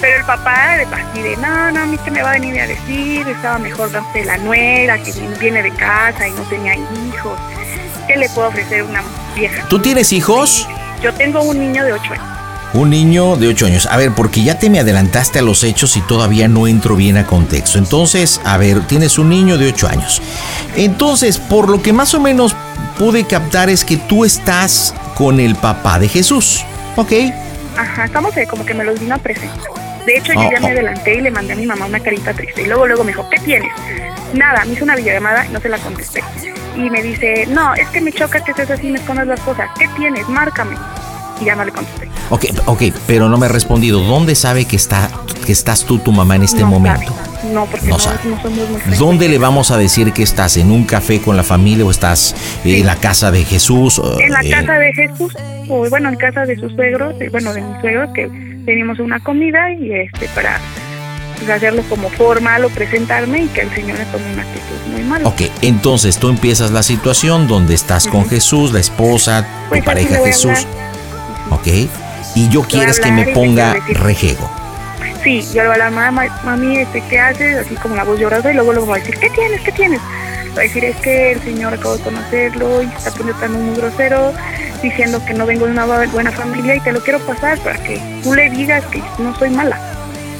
Speaker 10: Pero el papá de así de, no, no, a mí que me va a venir a decir, estaba mejor de la nuera, que viene de casa y no tenía hijos. ¿Qué le puedo ofrecer a una vieja?
Speaker 2: ¿Tú tienes hijos?
Speaker 10: Yo tengo un niño de ocho años.
Speaker 2: Un niño de 8 años. A ver, porque ya te me adelantaste a los hechos y todavía no entro bien a contexto. Entonces, a ver, tienes un niño de 8 años. Entonces, por lo que más o menos pude captar es que tú estás con el papá de Jesús. ¿Ok?
Speaker 10: Ajá, estamos eh, como que me los vino a presentar. De hecho,
Speaker 2: Oh,
Speaker 10: yo ya
Speaker 2: oh.
Speaker 10: me adelanté y le mandé a mi mamá una carita triste. Y luego, luego me dijo, ¿qué tienes? Nada, me hizo una videollamada y no se la contesté. Y me dice, no, es que me choca que estés así, me escondas las cosas. ¿Qué tienes? Márcame. Y ya no le contesté.
Speaker 2: Ok, ok, pero no me ha respondido. ¿Dónde sabe que, está, que estás tú, tu mamá, en este
Speaker 10: No
Speaker 2: momento?
Speaker 10: sabe. No, porque
Speaker 2: No
Speaker 10: no,
Speaker 2: sabe.
Speaker 10: no somos muy frecuentes.
Speaker 2: ¿Dónde le vamos a decir que estás? ¿En un café con la familia o estás eh, en la casa de Jesús? o,
Speaker 10: En la
Speaker 2: eh,
Speaker 10: casa de Jesús, o bueno, en casa de sus suegros, eh, bueno, de mis suegros, que teníamos una comida y este, para pues, hacerlo como formal o presentarme y que el señor le tome una actitud muy mala.
Speaker 2: Ok, entonces tú empiezas la situación donde estás con Jesús, la esposa, tu
Speaker 10: Pues así
Speaker 2: pareja
Speaker 10: le voy a
Speaker 2: Jesús.
Speaker 10: hablar.
Speaker 2: Ok, y yo quieres que me
Speaker 10: hablar y le
Speaker 2: ponga
Speaker 10: quiero decir-
Speaker 2: rejego.
Speaker 10: Sí, yo le voy a hablar, mamá, mami, este, ¿qué haces? Así como la voz llorando y luego le voy a decir, ¿qué tienes? ¿Qué tienes? Le voy a decir, es que el señor acabo de conocerlo y se está poniendo también muy grosero, diciendo que no vengo de una bu- buena familia y te lo quiero pasar para que tú le digas que no soy mala.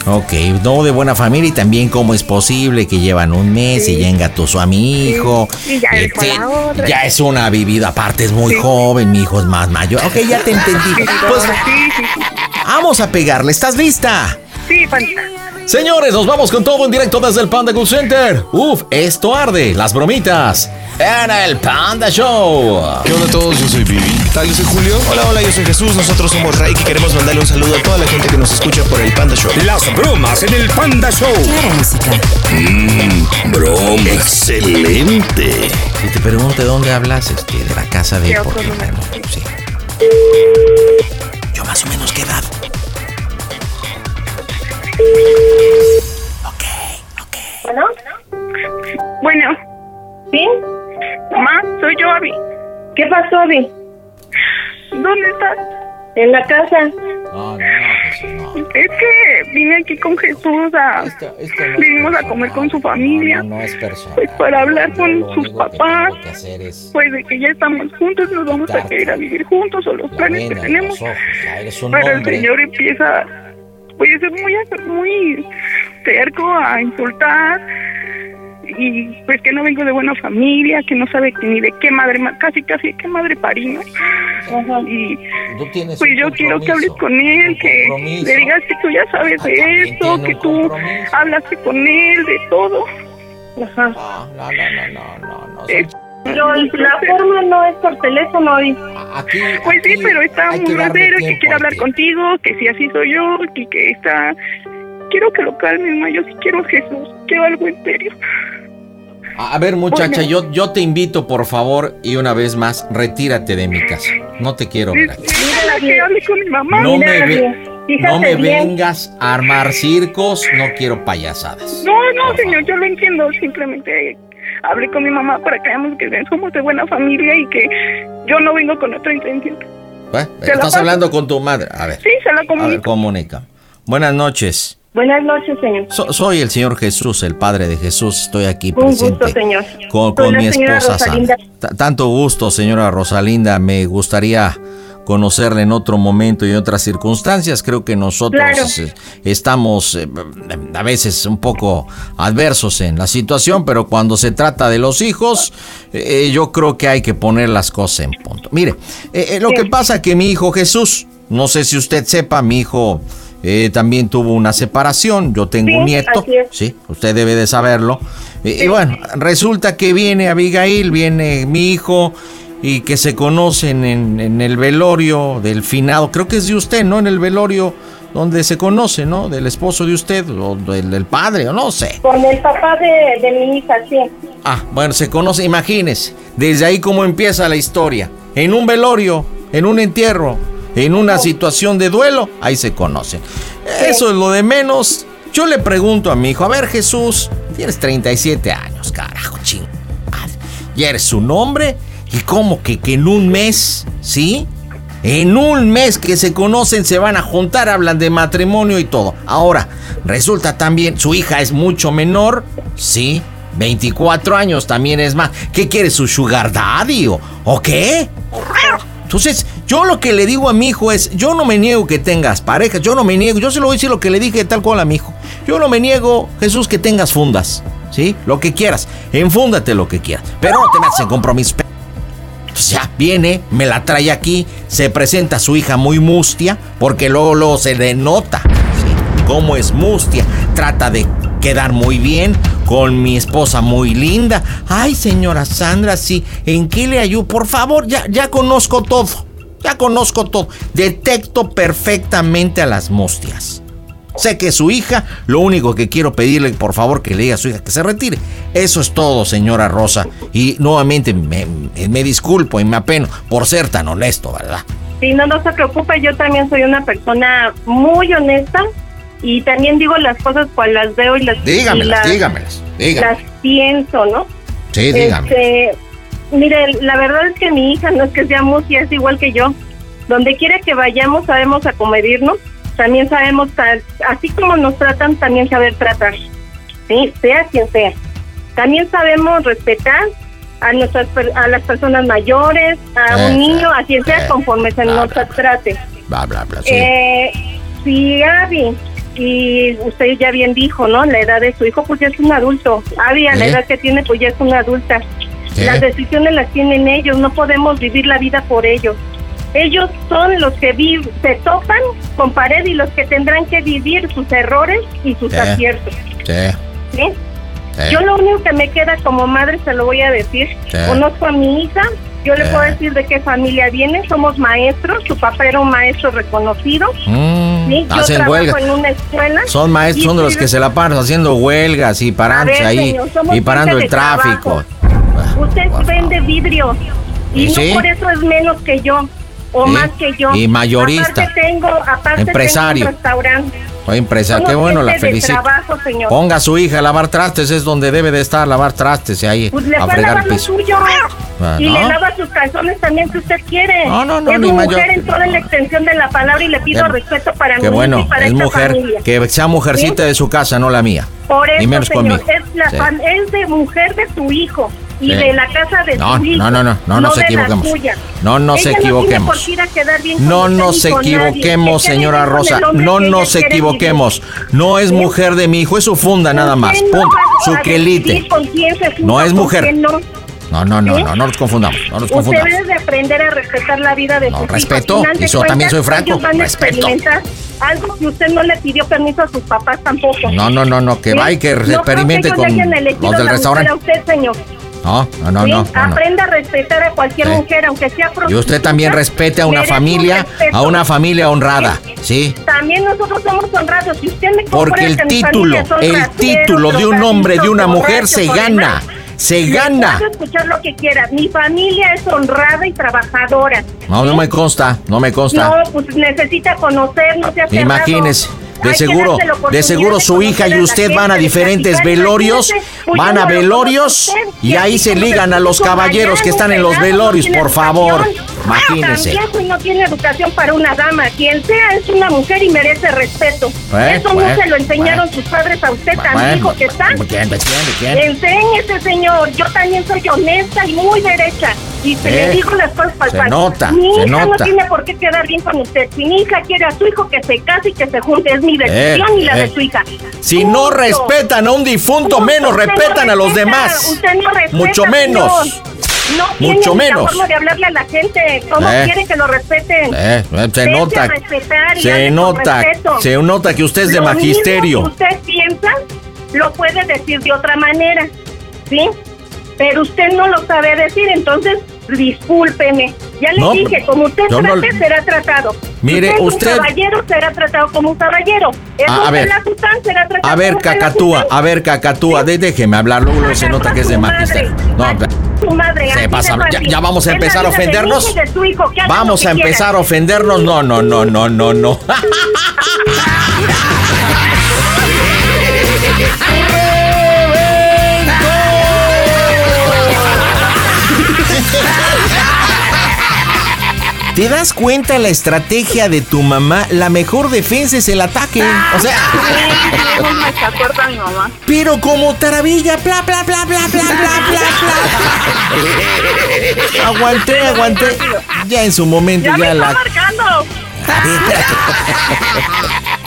Speaker 2: Ok, no de buena familia y también cómo es posible que llevan un mes y
Speaker 10: Sí.
Speaker 2: ya engatusó a mi
Speaker 10: Sí.
Speaker 2: hijo. eh,
Speaker 10: Y ya dejó a la otra.
Speaker 2: ya es una vivida, aparte es muy
Speaker 10: Sí.
Speaker 2: joven, mi hijo es más mayor. Ok, ya te entendí.
Speaker 10: Y yo,
Speaker 2: Pues
Speaker 10: sí, sí, sí,
Speaker 2: vamos a pegarle, ¿estás lista?
Speaker 10: sí, panita.
Speaker 2: Señores, nos vamos con todo en directo desde el Panda Cool Center. Uf, esto arde, las bromitas. Era el Panda Show.
Speaker 11: ¿Qué onda a todos? Yo soy Vivi. ¿Qué tal? Yo soy Julio. Hola, hola, yo soy Jesús. Nosotros somos Raik y queremos mandarle un saludo a toda la gente que nos escucha por el Panda Show.
Speaker 12: Las bromas en el Panda Show.
Speaker 13: Claro, música.
Speaker 12: Broma. Excelente.
Speaker 2: Si te pregunto de dónde hablas, este, de la casa de...
Speaker 10: De
Speaker 2: porque,
Speaker 10: otro lugar.
Speaker 2: bueno, sí. Yo más o menos qué edad.
Speaker 7: Bueno,
Speaker 10: Bueno,
Speaker 7: ¿sí?
Speaker 10: mamá, soy yo, Abby.
Speaker 7: ¿Qué pasó, Abby?
Speaker 10: ¿Dónde estás?
Speaker 7: En la casa.
Speaker 10: Es que vine aquí con Jesús a... Vinimos a comer con su familia. Pues para hablar con sus papás. Pues de que ya estamos juntos, nos vamos a querer a vivir juntos o los planes que tenemos. Pero el señor empieza, pues es muy, muy cerco a insultar. Y pues que no vengo de buena familia, que no sabe que ni de qué madre, ma- casi casi de qué madre parí, ¿no? Y pues yo quiero que hables con él, que le digas que tú ya sabes
Speaker 2: Ah,
Speaker 10: de
Speaker 2: también
Speaker 10: esto,
Speaker 2: tiene
Speaker 10: que
Speaker 2: un
Speaker 10: tú
Speaker 2: compromiso.
Speaker 10: hablaste con él, de todo.
Speaker 7: Ajá.
Speaker 2: No, no, no, no, no, no.
Speaker 10: Eh,
Speaker 7: Pero la forma no es por teléfono, Abby.
Speaker 2: Aquí,
Speaker 10: Pues sí,
Speaker 2: aquí
Speaker 10: pero está
Speaker 2: hay
Speaker 10: muy
Speaker 2: que darle
Speaker 10: grosero, que
Speaker 2: tiempo
Speaker 10: quiere
Speaker 2: a
Speaker 10: hablar
Speaker 2: que-
Speaker 10: contigo, que si así soy yo, que, que está... Quiero que lo calmen, ma, yo sí quiero a Jesús, quiero algo en serio.
Speaker 2: A a ver, muchacha,
Speaker 10: Bueno.
Speaker 2: yo, yo te invito, por favor, y una vez más, retírate de mi casa. No te quiero ver aquí.
Speaker 10: Déjala que hable con mi mamá.
Speaker 2: No me, ve-
Speaker 7: Fíjate
Speaker 2: no me
Speaker 7: bien.
Speaker 2: vengas a armar circos, no quiero payasadas.
Speaker 10: No,
Speaker 2: Por
Speaker 10: no, señor, yo lo entiendo, simplemente hablé con mi mamá para que veamos que somos de buena familia y que yo no vengo con otra intención.
Speaker 2: favor. ¿Eh?
Speaker 10: Te la
Speaker 2: Estás
Speaker 10: paso.
Speaker 2: hablando con tu madre. A ver,
Speaker 10: Sí, se la
Speaker 2: a ver,
Speaker 10: comunico.
Speaker 2: comunica. Buenas noches.
Speaker 7: Buenas noches, señor.
Speaker 2: So- soy el Señor Jesús, el Padre de Jesús. Estoy aquí
Speaker 7: Un
Speaker 2: presente
Speaker 7: gusto, señor.
Speaker 2: con,
Speaker 7: Soy
Speaker 2: con
Speaker 7: la
Speaker 2: mi
Speaker 7: señora
Speaker 2: esposa. Sara.
Speaker 7: Rosalinda.
Speaker 2: T- Tanto gusto, señora Rosalinda. Me gustaría conocerle en otro momento y en otras circunstancias. Creo que nosotros
Speaker 7: Claro.
Speaker 2: eh, estamos eh, a veces un poco adversos en la situación, pero cuando se trata de los hijos, eh, yo creo que hay que poner las cosas en punto. Mire, eh, eh, lo que pasa que mi hijo Jesús, no sé si usted sepa, mi hijo eh, también tuvo una separación. Yo tengo
Speaker 7: Sí,
Speaker 2: un nieto,
Speaker 7: así es.
Speaker 2: sí, usted debe de saberlo. Y, y bueno, resulta que viene Abigail, viene mi hijo y que se conocen en, en el velorio del finado. Creo que es de usted, ¿no? En el velorio donde se conoce, ¿no? Del esposo de usted o del, del padre, o no sé.
Speaker 7: Con el papá de, de mi hija, sí.
Speaker 2: Ah, bueno, se conoce, imagínese, desde ahí cómo empieza la historia. En un velorio, en un entierro, en una situación de duelo, ahí se conocen. Eso es lo de menos. Yo le pregunto a mi hijo, a ver Jesús, tienes 37 años, carajo, ching. Ya eres un hombre y como que, que en un mes, ¿sí? En un mes que se conocen, se van a juntar, hablan de matrimonio y todo. Ahora, resulta también, su hija es mucho menor, ¿sí? 24 años también es más. ¿Qué quiere su sugar daddy o, o qué? Entonces, yo lo que le digo a mi hijo es, yo no me niego que tengas pareja, yo no me niego, yo se lo voy a decir lo que le dije tal cual a mi hijo. Yo no me niego, Jesús, que tengas fundas, ¿sí? Lo que quieras, enfúndate lo que quieras, pero no te metas en compromiso. Pues ya viene, me la trae aquí, se presenta su hija muy mustia, porque luego, luego se denota ¿sí? cómo es mustia. Trata de quedar muy bien con mi esposa muy linda. Ay, señora Sandra, sí, ¿en qué le ayudo? Por favor, ya, ya conozco todo, ya conozco todo. Detecto perfectamente a las mustias. Sé que su hija, lo único que quiero pedirle, por favor, que le diga a su hija que se retire. Eso es todo, señora Rosa. Y nuevamente me, me disculpo y me apeno por ser tan honesto, ¿verdad?
Speaker 7: Sí, no, no se preocupe, yo también soy una persona muy honesta y también digo las cosas cuando las veo y las... y
Speaker 2: Dígamelas,
Speaker 7: las-
Speaker 2: dígamelas, dígamelas.
Speaker 7: Las pienso, ¿no?
Speaker 2: Sí, dígame.
Speaker 7: Este, mire, la verdad es que mi hija no es que sea música, es igual que yo. Donde quiera que vayamos sabemos acomedirnos, también sabemos, tra- así como nos tratan, también saber tratar, ¿sí? sea quien sea. También sabemos respetar a nuestras per- a las personas mayores, a
Speaker 2: Eh,
Speaker 7: un niño, a quien sea,
Speaker 2: eh,
Speaker 7: conforme se nos trate.
Speaker 2: Bla, bla, bla. sí.
Speaker 7: Eh, si Abby, y usted ya bien dijo, ¿no? La edad de su hijo, pues ya es un adulto. Abby, a la
Speaker 2: ¿Eh?
Speaker 7: edad que tiene, pues ya es una adulta.
Speaker 2: ¿Eh?
Speaker 7: Las decisiones las tienen ellos, no podemos vivir la vida por ellos. Ellos son los que vi- se topan con pared y los que tendrán que vivir sus errores y sus
Speaker 2: ¿Eh?
Speaker 7: aciertos.
Speaker 2: Sí,
Speaker 7: ¿sí?
Speaker 2: sí.
Speaker 7: Yo lo único que me queda como madre se lo voy a decir.
Speaker 2: Sí.
Speaker 7: Conozco a mi hija, yo le
Speaker 2: Sí.
Speaker 7: puedo decir de qué familia viene, somos maestros, su papá era un maestro reconocido.
Speaker 2: Mm,
Speaker 7: ¿sí? Yo
Speaker 2: hacen
Speaker 7: trabajo
Speaker 2: huelga.
Speaker 7: en una escuela.
Speaker 2: Son maestros,
Speaker 7: y
Speaker 2: son de los
Speaker 7: sí,
Speaker 2: que se la paran haciendo huelgas y parándose
Speaker 7: ver,
Speaker 2: ahí
Speaker 7: señor, somos
Speaker 2: y parando
Speaker 7: gente
Speaker 2: el
Speaker 7: de
Speaker 2: tráfico.
Speaker 7: trabajo. Usted vende vidrio y
Speaker 2: ¿Y
Speaker 7: no
Speaker 2: sí?
Speaker 7: por eso es menos que yo o
Speaker 2: Sí.
Speaker 7: más que yo.
Speaker 2: Y mayorista.
Speaker 7: Aparte tengo, aparte
Speaker 2: Empresario.
Speaker 7: tengo un restaurante.
Speaker 2: Soy empresaria,
Speaker 7: Somos
Speaker 2: qué bueno, la
Speaker 7: gente de
Speaker 2: felicito.
Speaker 7: trabajo, señor.
Speaker 2: Ponga a su hija a lavar trastes, es donde debe de estar, lavar trastes y ahí
Speaker 7: Pues le
Speaker 2: a
Speaker 7: va a
Speaker 2: fregar
Speaker 7: lavar lo
Speaker 2: piso.
Speaker 7: suyo.
Speaker 2: Ah,
Speaker 7: y
Speaker 2: ¿no?
Speaker 7: le lava sus calzones también que usted quiere.
Speaker 2: No, no, no,
Speaker 7: Es
Speaker 2: ni
Speaker 7: mujer
Speaker 2: mayor-
Speaker 7: en toda la extensión de la palabra y le pido
Speaker 2: Qué-
Speaker 7: respeto para
Speaker 2: Qué
Speaker 7: mí y
Speaker 2: bueno,
Speaker 7: para
Speaker 2: es
Speaker 7: esta
Speaker 2: mujer,
Speaker 7: familia.
Speaker 2: que sea mujercita
Speaker 7: ¿Sí?
Speaker 2: de su casa, no la mía.
Speaker 7: Por eso,
Speaker 2: Ni menos
Speaker 7: señor,
Speaker 2: conmigo.
Speaker 7: es, la
Speaker 2: Sí.
Speaker 7: fam- es de mujer de su hijo y
Speaker 2: Sí.
Speaker 7: de la casa de
Speaker 2: No,
Speaker 7: su hijo.
Speaker 2: no, no, no, no nos
Speaker 7: de la
Speaker 2: equivoquemos.
Speaker 7: suya.
Speaker 2: No nos
Speaker 7: Ella
Speaker 2: equivoquemos.
Speaker 7: No, tiene por qué ir a quedar bien con
Speaker 2: No
Speaker 7: usted
Speaker 2: nos
Speaker 7: ni con nadie.
Speaker 2: equivoquemos,
Speaker 7: Que quede
Speaker 2: señora
Speaker 7: bien con
Speaker 2: Rosa.
Speaker 7: el hombre
Speaker 2: No
Speaker 7: que ella
Speaker 2: nos
Speaker 7: quiere vivir. ¿Eh?
Speaker 2: equivoquemos. No es mujer de mi hijo, es su funda nada más.
Speaker 7: Usted no
Speaker 2: Punto.
Speaker 7: va
Speaker 2: Su
Speaker 7: a
Speaker 2: quelite.
Speaker 7: decidir con quién se junta,
Speaker 2: No es
Speaker 7: con
Speaker 2: mujer. Pues
Speaker 7: quién no.
Speaker 2: No, no, no, no, no nos confundamos. No nos
Speaker 7: Usted
Speaker 2: confundamos.
Speaker 7: debe de aprender a respetar la vida de sus
Speaker 2: respeto,
Speaker 7: hijos. Al final de
Speaker 2: y yo también soy franco,
Speaker 7: ellos van a
Speaker 2: respeto.
Speaker 7: experimentar algo que usted no le pidió permiso a sus papás tampoco.
Speaker 2: No, no, no, no, que
Speaker 7: ¿Sí?
Speaker 2: va y que
Speaker 7: ¿Eh? No creo
Speaker 2: experimente
Speaker 7: ellos
Speaker 2: con
Speaker 7: hayan elegido
Speaker 2: los del
Speaker 7: la
Speaker 2: restaurante.
Speaker 7: mujer a usted, señor.
Speaker 2: No, no, no,
Speaker 7: ¿Sí?
Speaker 2: no. no, no.
Speaker 7: Aprenda a respetar a cualquier
Speaker 2: Sí.
Speaker 7: mujer, aunque sea
Speaker 2: Y
Speaker 7: prostituta.
Speaker 2: usted también respete a una
Speaker 7: merece un
Speaker 2: familia,
Speaker 7: respeto.
Speaker 2: a una familia honrada, ¿sí?
Speaker 7: También nosotros somos honrados. Si usted me
Speaker 2: Porque
Speaker 7: comprueba
Speaker 2: el
Speaker 7: que mis
Speaker 2: título,
Speaker 7: familias son
Speaker 2: el
Speaker 7: rateros,
Speaker 2: título de un hombre, de una
Speaker 7: drogadictos,
Speaker 2: mujer se
Speaker 7: borrachos,
Speaker 2: gana, se gana.
Speaker 7: Puedo escuchar lo que quiera. Mi familia es honrada y trabajadora.
Speaker 2: No, no me consta, no me consta.
Speaker 7: No, pues necesita conocernos. sea cerrado.
Speaker 2: Imagínese, De
Speaker 7: hay que
Speaker 2: seguro,
Speaker 7: darse la oportunidad
Speaker 2: de seguro
Speaker 7: de
Speaker 2: su hija y
Speaker 7: conocer a
Speaker 2: usted
Speaker 7: la
Speaker 2: van a
Speaker 7: gente, de
Speaker 2: diferentes
Speaker 7: platicar,
Speaker 2: velorios,
Speaker 7: imagínese,
Speaker 2: van
Speaker 7: pues yo
Speaker 2: a
Speaker 7: no lo conozco a
Speaker 2: velorios
Speaker 7: usted,
Speaker 2: y
Speaker 7: y
Speaker 2: ahí
Speaker 7: así
Speaker 2: se
Speaker 7: como
Speaker 2: ligan
Speaker 7: se
Speaker 2: a los
Speaker 7: puso
Speaker 2: caballeros que
Speaker 7: mañana,
Speaker 2: están en los
Speaker 7: pelado, no
Speaker 2: velorios,
Speaker 7: tiene
Speaker 2: por favor. Imagínese.
Speaker 7: Viejo y pues, no tiene educación para una dama. Quien sea es una mujer y merece respeto.
Speaker 2: Bueno,
Speaker 7: Eso
Speaker 2: bueno,
Speaker 7: no se lo enseñaron sus padres a usted, tan
Speaker 2: Bueno,
Speaker 7: hijo que está.
Speaker 2: ¿quién, pues, quién, pues, quién?
Speaker 7: Enséñese, señor. Yo también soy honesta y muy derecha. Y se
Speaker 2: Sí.
Speaker 7: le digo las cosas para
Speaker 2: Eh, Se nota,
Speaker 7: Mi
Speaker 2: se
Speaker 7: hija no
Speaker 2: nota.
Speaker 7: tiene por qué quedar bien con usted. Si mi hija quiere a su hijo que se case y que se junte, es mi decisión y la
Speaker 2: eh.
Speaker 7: de su hija.
Speaker 2: Si no
Speaker 7: Punto.
Speaker 2: respetan a un difunto, menos
Speaker 7: Usted no
Speaker 2: respetan a los
Speaker 7: respeta,
Speaker 2: demás.
Speaker 7: usted no respeta,
Speaker 2: Mucho menos.
Speaker 7: señor. No tiene
Speaker 2: Mucho
Speaker 7: ni la
Speaker 2: menos.
Speaker 7: forma de hablarle a la gente. ¿Cómo
Speaker 2: Eh.
Speaker 7: quieren que lo
Speaker 2: Eh,
Speaker 7: respeten?
Speaker 2: eh, se
Speaker 7: Vete a
Speaker 2: nota,
Speaker 7: respetar y hable
Speaker 2: se
Speaker 7: con
Speaker 2: nota,
Speaker 7: respeto.
Speaker 2: se nota que usted es de
Speaker 7: Lo mismo que
Speaker 2: magisterio.
Speaker 7: usted piensa, lo puede decir de otra manera, ¿sí? Pero usted no lo sabe decir, entonces discúlpeme. Ya le
Speaker 2: No,
Speaker 7: dije, como usted
Speaker 2: yo no-
Speaker 7: trate, será tratado.
Speaker 2: Mire,
Speaker 7: Si
Speaker 2: usted-
Speaker 7: Es un caballero, será tratado como un caballero. Es
Speaker 2: A- a
Speaker 7: usted
Speaker 2: ver.
Speaker 7: la sultán, será tratado
Speaker 2: A ver,
Speaker 7: como usted la
Speaker 2: cacatúa,
Speaker 7: sultán.
Speaker 2: a ver, cacatúa, de- déjeme hablar, luego luego se nota que es de magisterio. No, pe-
Speaker 7: Su madre,
Speaker 2: Se
Speaker 7: así de
Speaker 2: pasa, ya-
Speaker 7: fácil.
Speaker 2: ya vamos a
Speaker 7: Es la
Speaker 2: empezar a
Speaker 7: vida de mi
Speaker 2: ofendernos.
Speaker 7: hija y de su hijo, que hagan lo
Speaker 2: vamos
Speaker 7: que
Speaker 2: a empezar
Speaker 7: quieran.
Speaker 2: a ofendernos. No, no, no, no, no, no. ¿Te das cuenta la estrategia de tu mamá? La mejor defensa es el ataque. O sea,
Speaker 10: Me está corta mi mamá.
Speaker 2: pero como taravilla, bla, bla, bla, bla, bla, bla, bla, bla. Aguanté, aguanté. Ya en su momento
Speaker 10: Ya
Speaker 2: ya,
Speaker 10: me está
Speaker 2: la.
Speaker 10: marcando.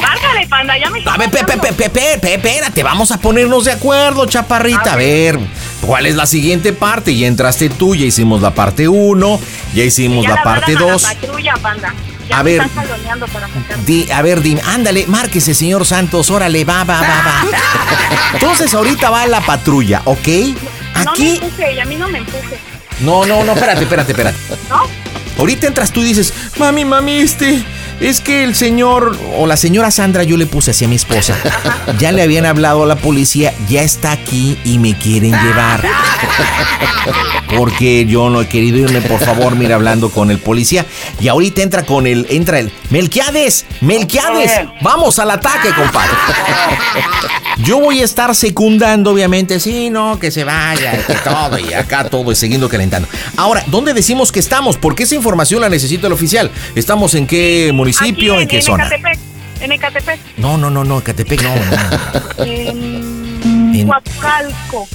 Speaker 10: Márcale, panda, ya me está
Speaker 2: A ver, Pepe, Pepe, Pepe, Pepe, espérate, vamos a ponernos de acuerdo, chaparrita. A ver, ¿cuál es la siguiente parte? Ya entraste tú, ya hicimos la parte 1, ya hicimos
Speaker 10: Ya
Speaker 2: la
Speaker 10: la
Speaker 2: parte
Speaker 10: mandan a
Speaker 2: 2.
Speaker 10: La patrulla, panda. Ya
Speaker 2: A
Speaker 10: me
Speaker 2: ver.
Speaker 10: Están jaloneando para sacar.
Speaker 2: Di- a ver, dime, ándale, márquese, señor Santos, órale, va, va, va, va. Entonces, ahorita va la patrulla, ¿ok?
Speaker 10: No me
Speaker 2: Aquí.
Speaker 10: empuje, y a mí no me empuje.
Speaker 2: No, no, no, espérate, espérate, espérate.
Speaker 10: ¿No?
Speaker 2: Ahorita entras tú y dices, mami, mami, este, es que el señor o la señora Sandra yo le puse así a mi esposa. Ya le habían hablado a la policía, ya está aquí y me quieren llevar. Porque yo no he querido irme, por favor, mira hablando con el policía. Y ahorita entra con el, entra el, Melquiades, Melquiades, vamos al ataque, compadre. Yo voy a estar secundando, obviamente, sí, no, que se vaya, que todo, y acá todo, y siguiendo calentando. Ahora, ¿dónde decimos que estamos? Porque esa información la necesita el oficial. ¿Estamos en qué municipio,
Speaker 10: Aquí
Speaker 2: en qué zona?
Speaker 10: Ecatepec, En Ecatepec.
Speaker 2: No, no, no, no, Catepec, no, no.
Speaker 10: En
Speaker 2: En-
Speaker 10: Huacalco.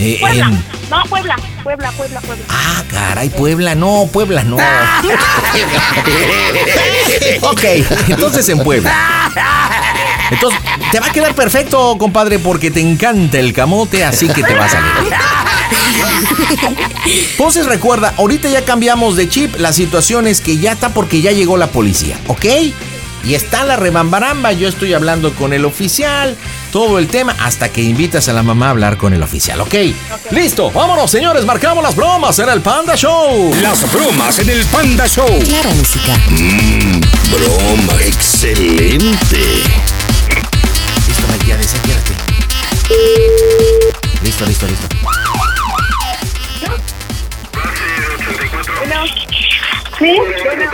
Speaker 2: Eh,
Speaker 10: Puebla.
Speaker 2: en-
Speaker 10: No, Puebla. Puebla, Puebla, Puebla.
Speaker 2: Ah, caray, Puebla, no, Puebla, no. ok, entonces en Puebla. Entonces, te va a quedar perfecto, compadre, porque te encanta el camote, así que te va a salir. Entonces recuerda, ahorita ya cambiamos de chip, la situación es que ya está porque ya llegó la policía, ¿ok? Y está la rebambaramba, yo estoy hablando con el oficial, todo el tema, hasta que invitas a la mamá a hablar con el oficial, ¿ok? Listo, vámonos señores, marcamos las bromas en el Panda Show.
Speaker 5: Las bromas en el Panda Show.
Speaker 8: Claro, música.
Speaker 5: Mmm, broma, excelente.
Speaker 2: Listo, Melquiades, siéntate. Listo, listo, listo.
Speaker 10: Bueno.
Speaker 7: ¿Sí?
Speaker 10: Bueno.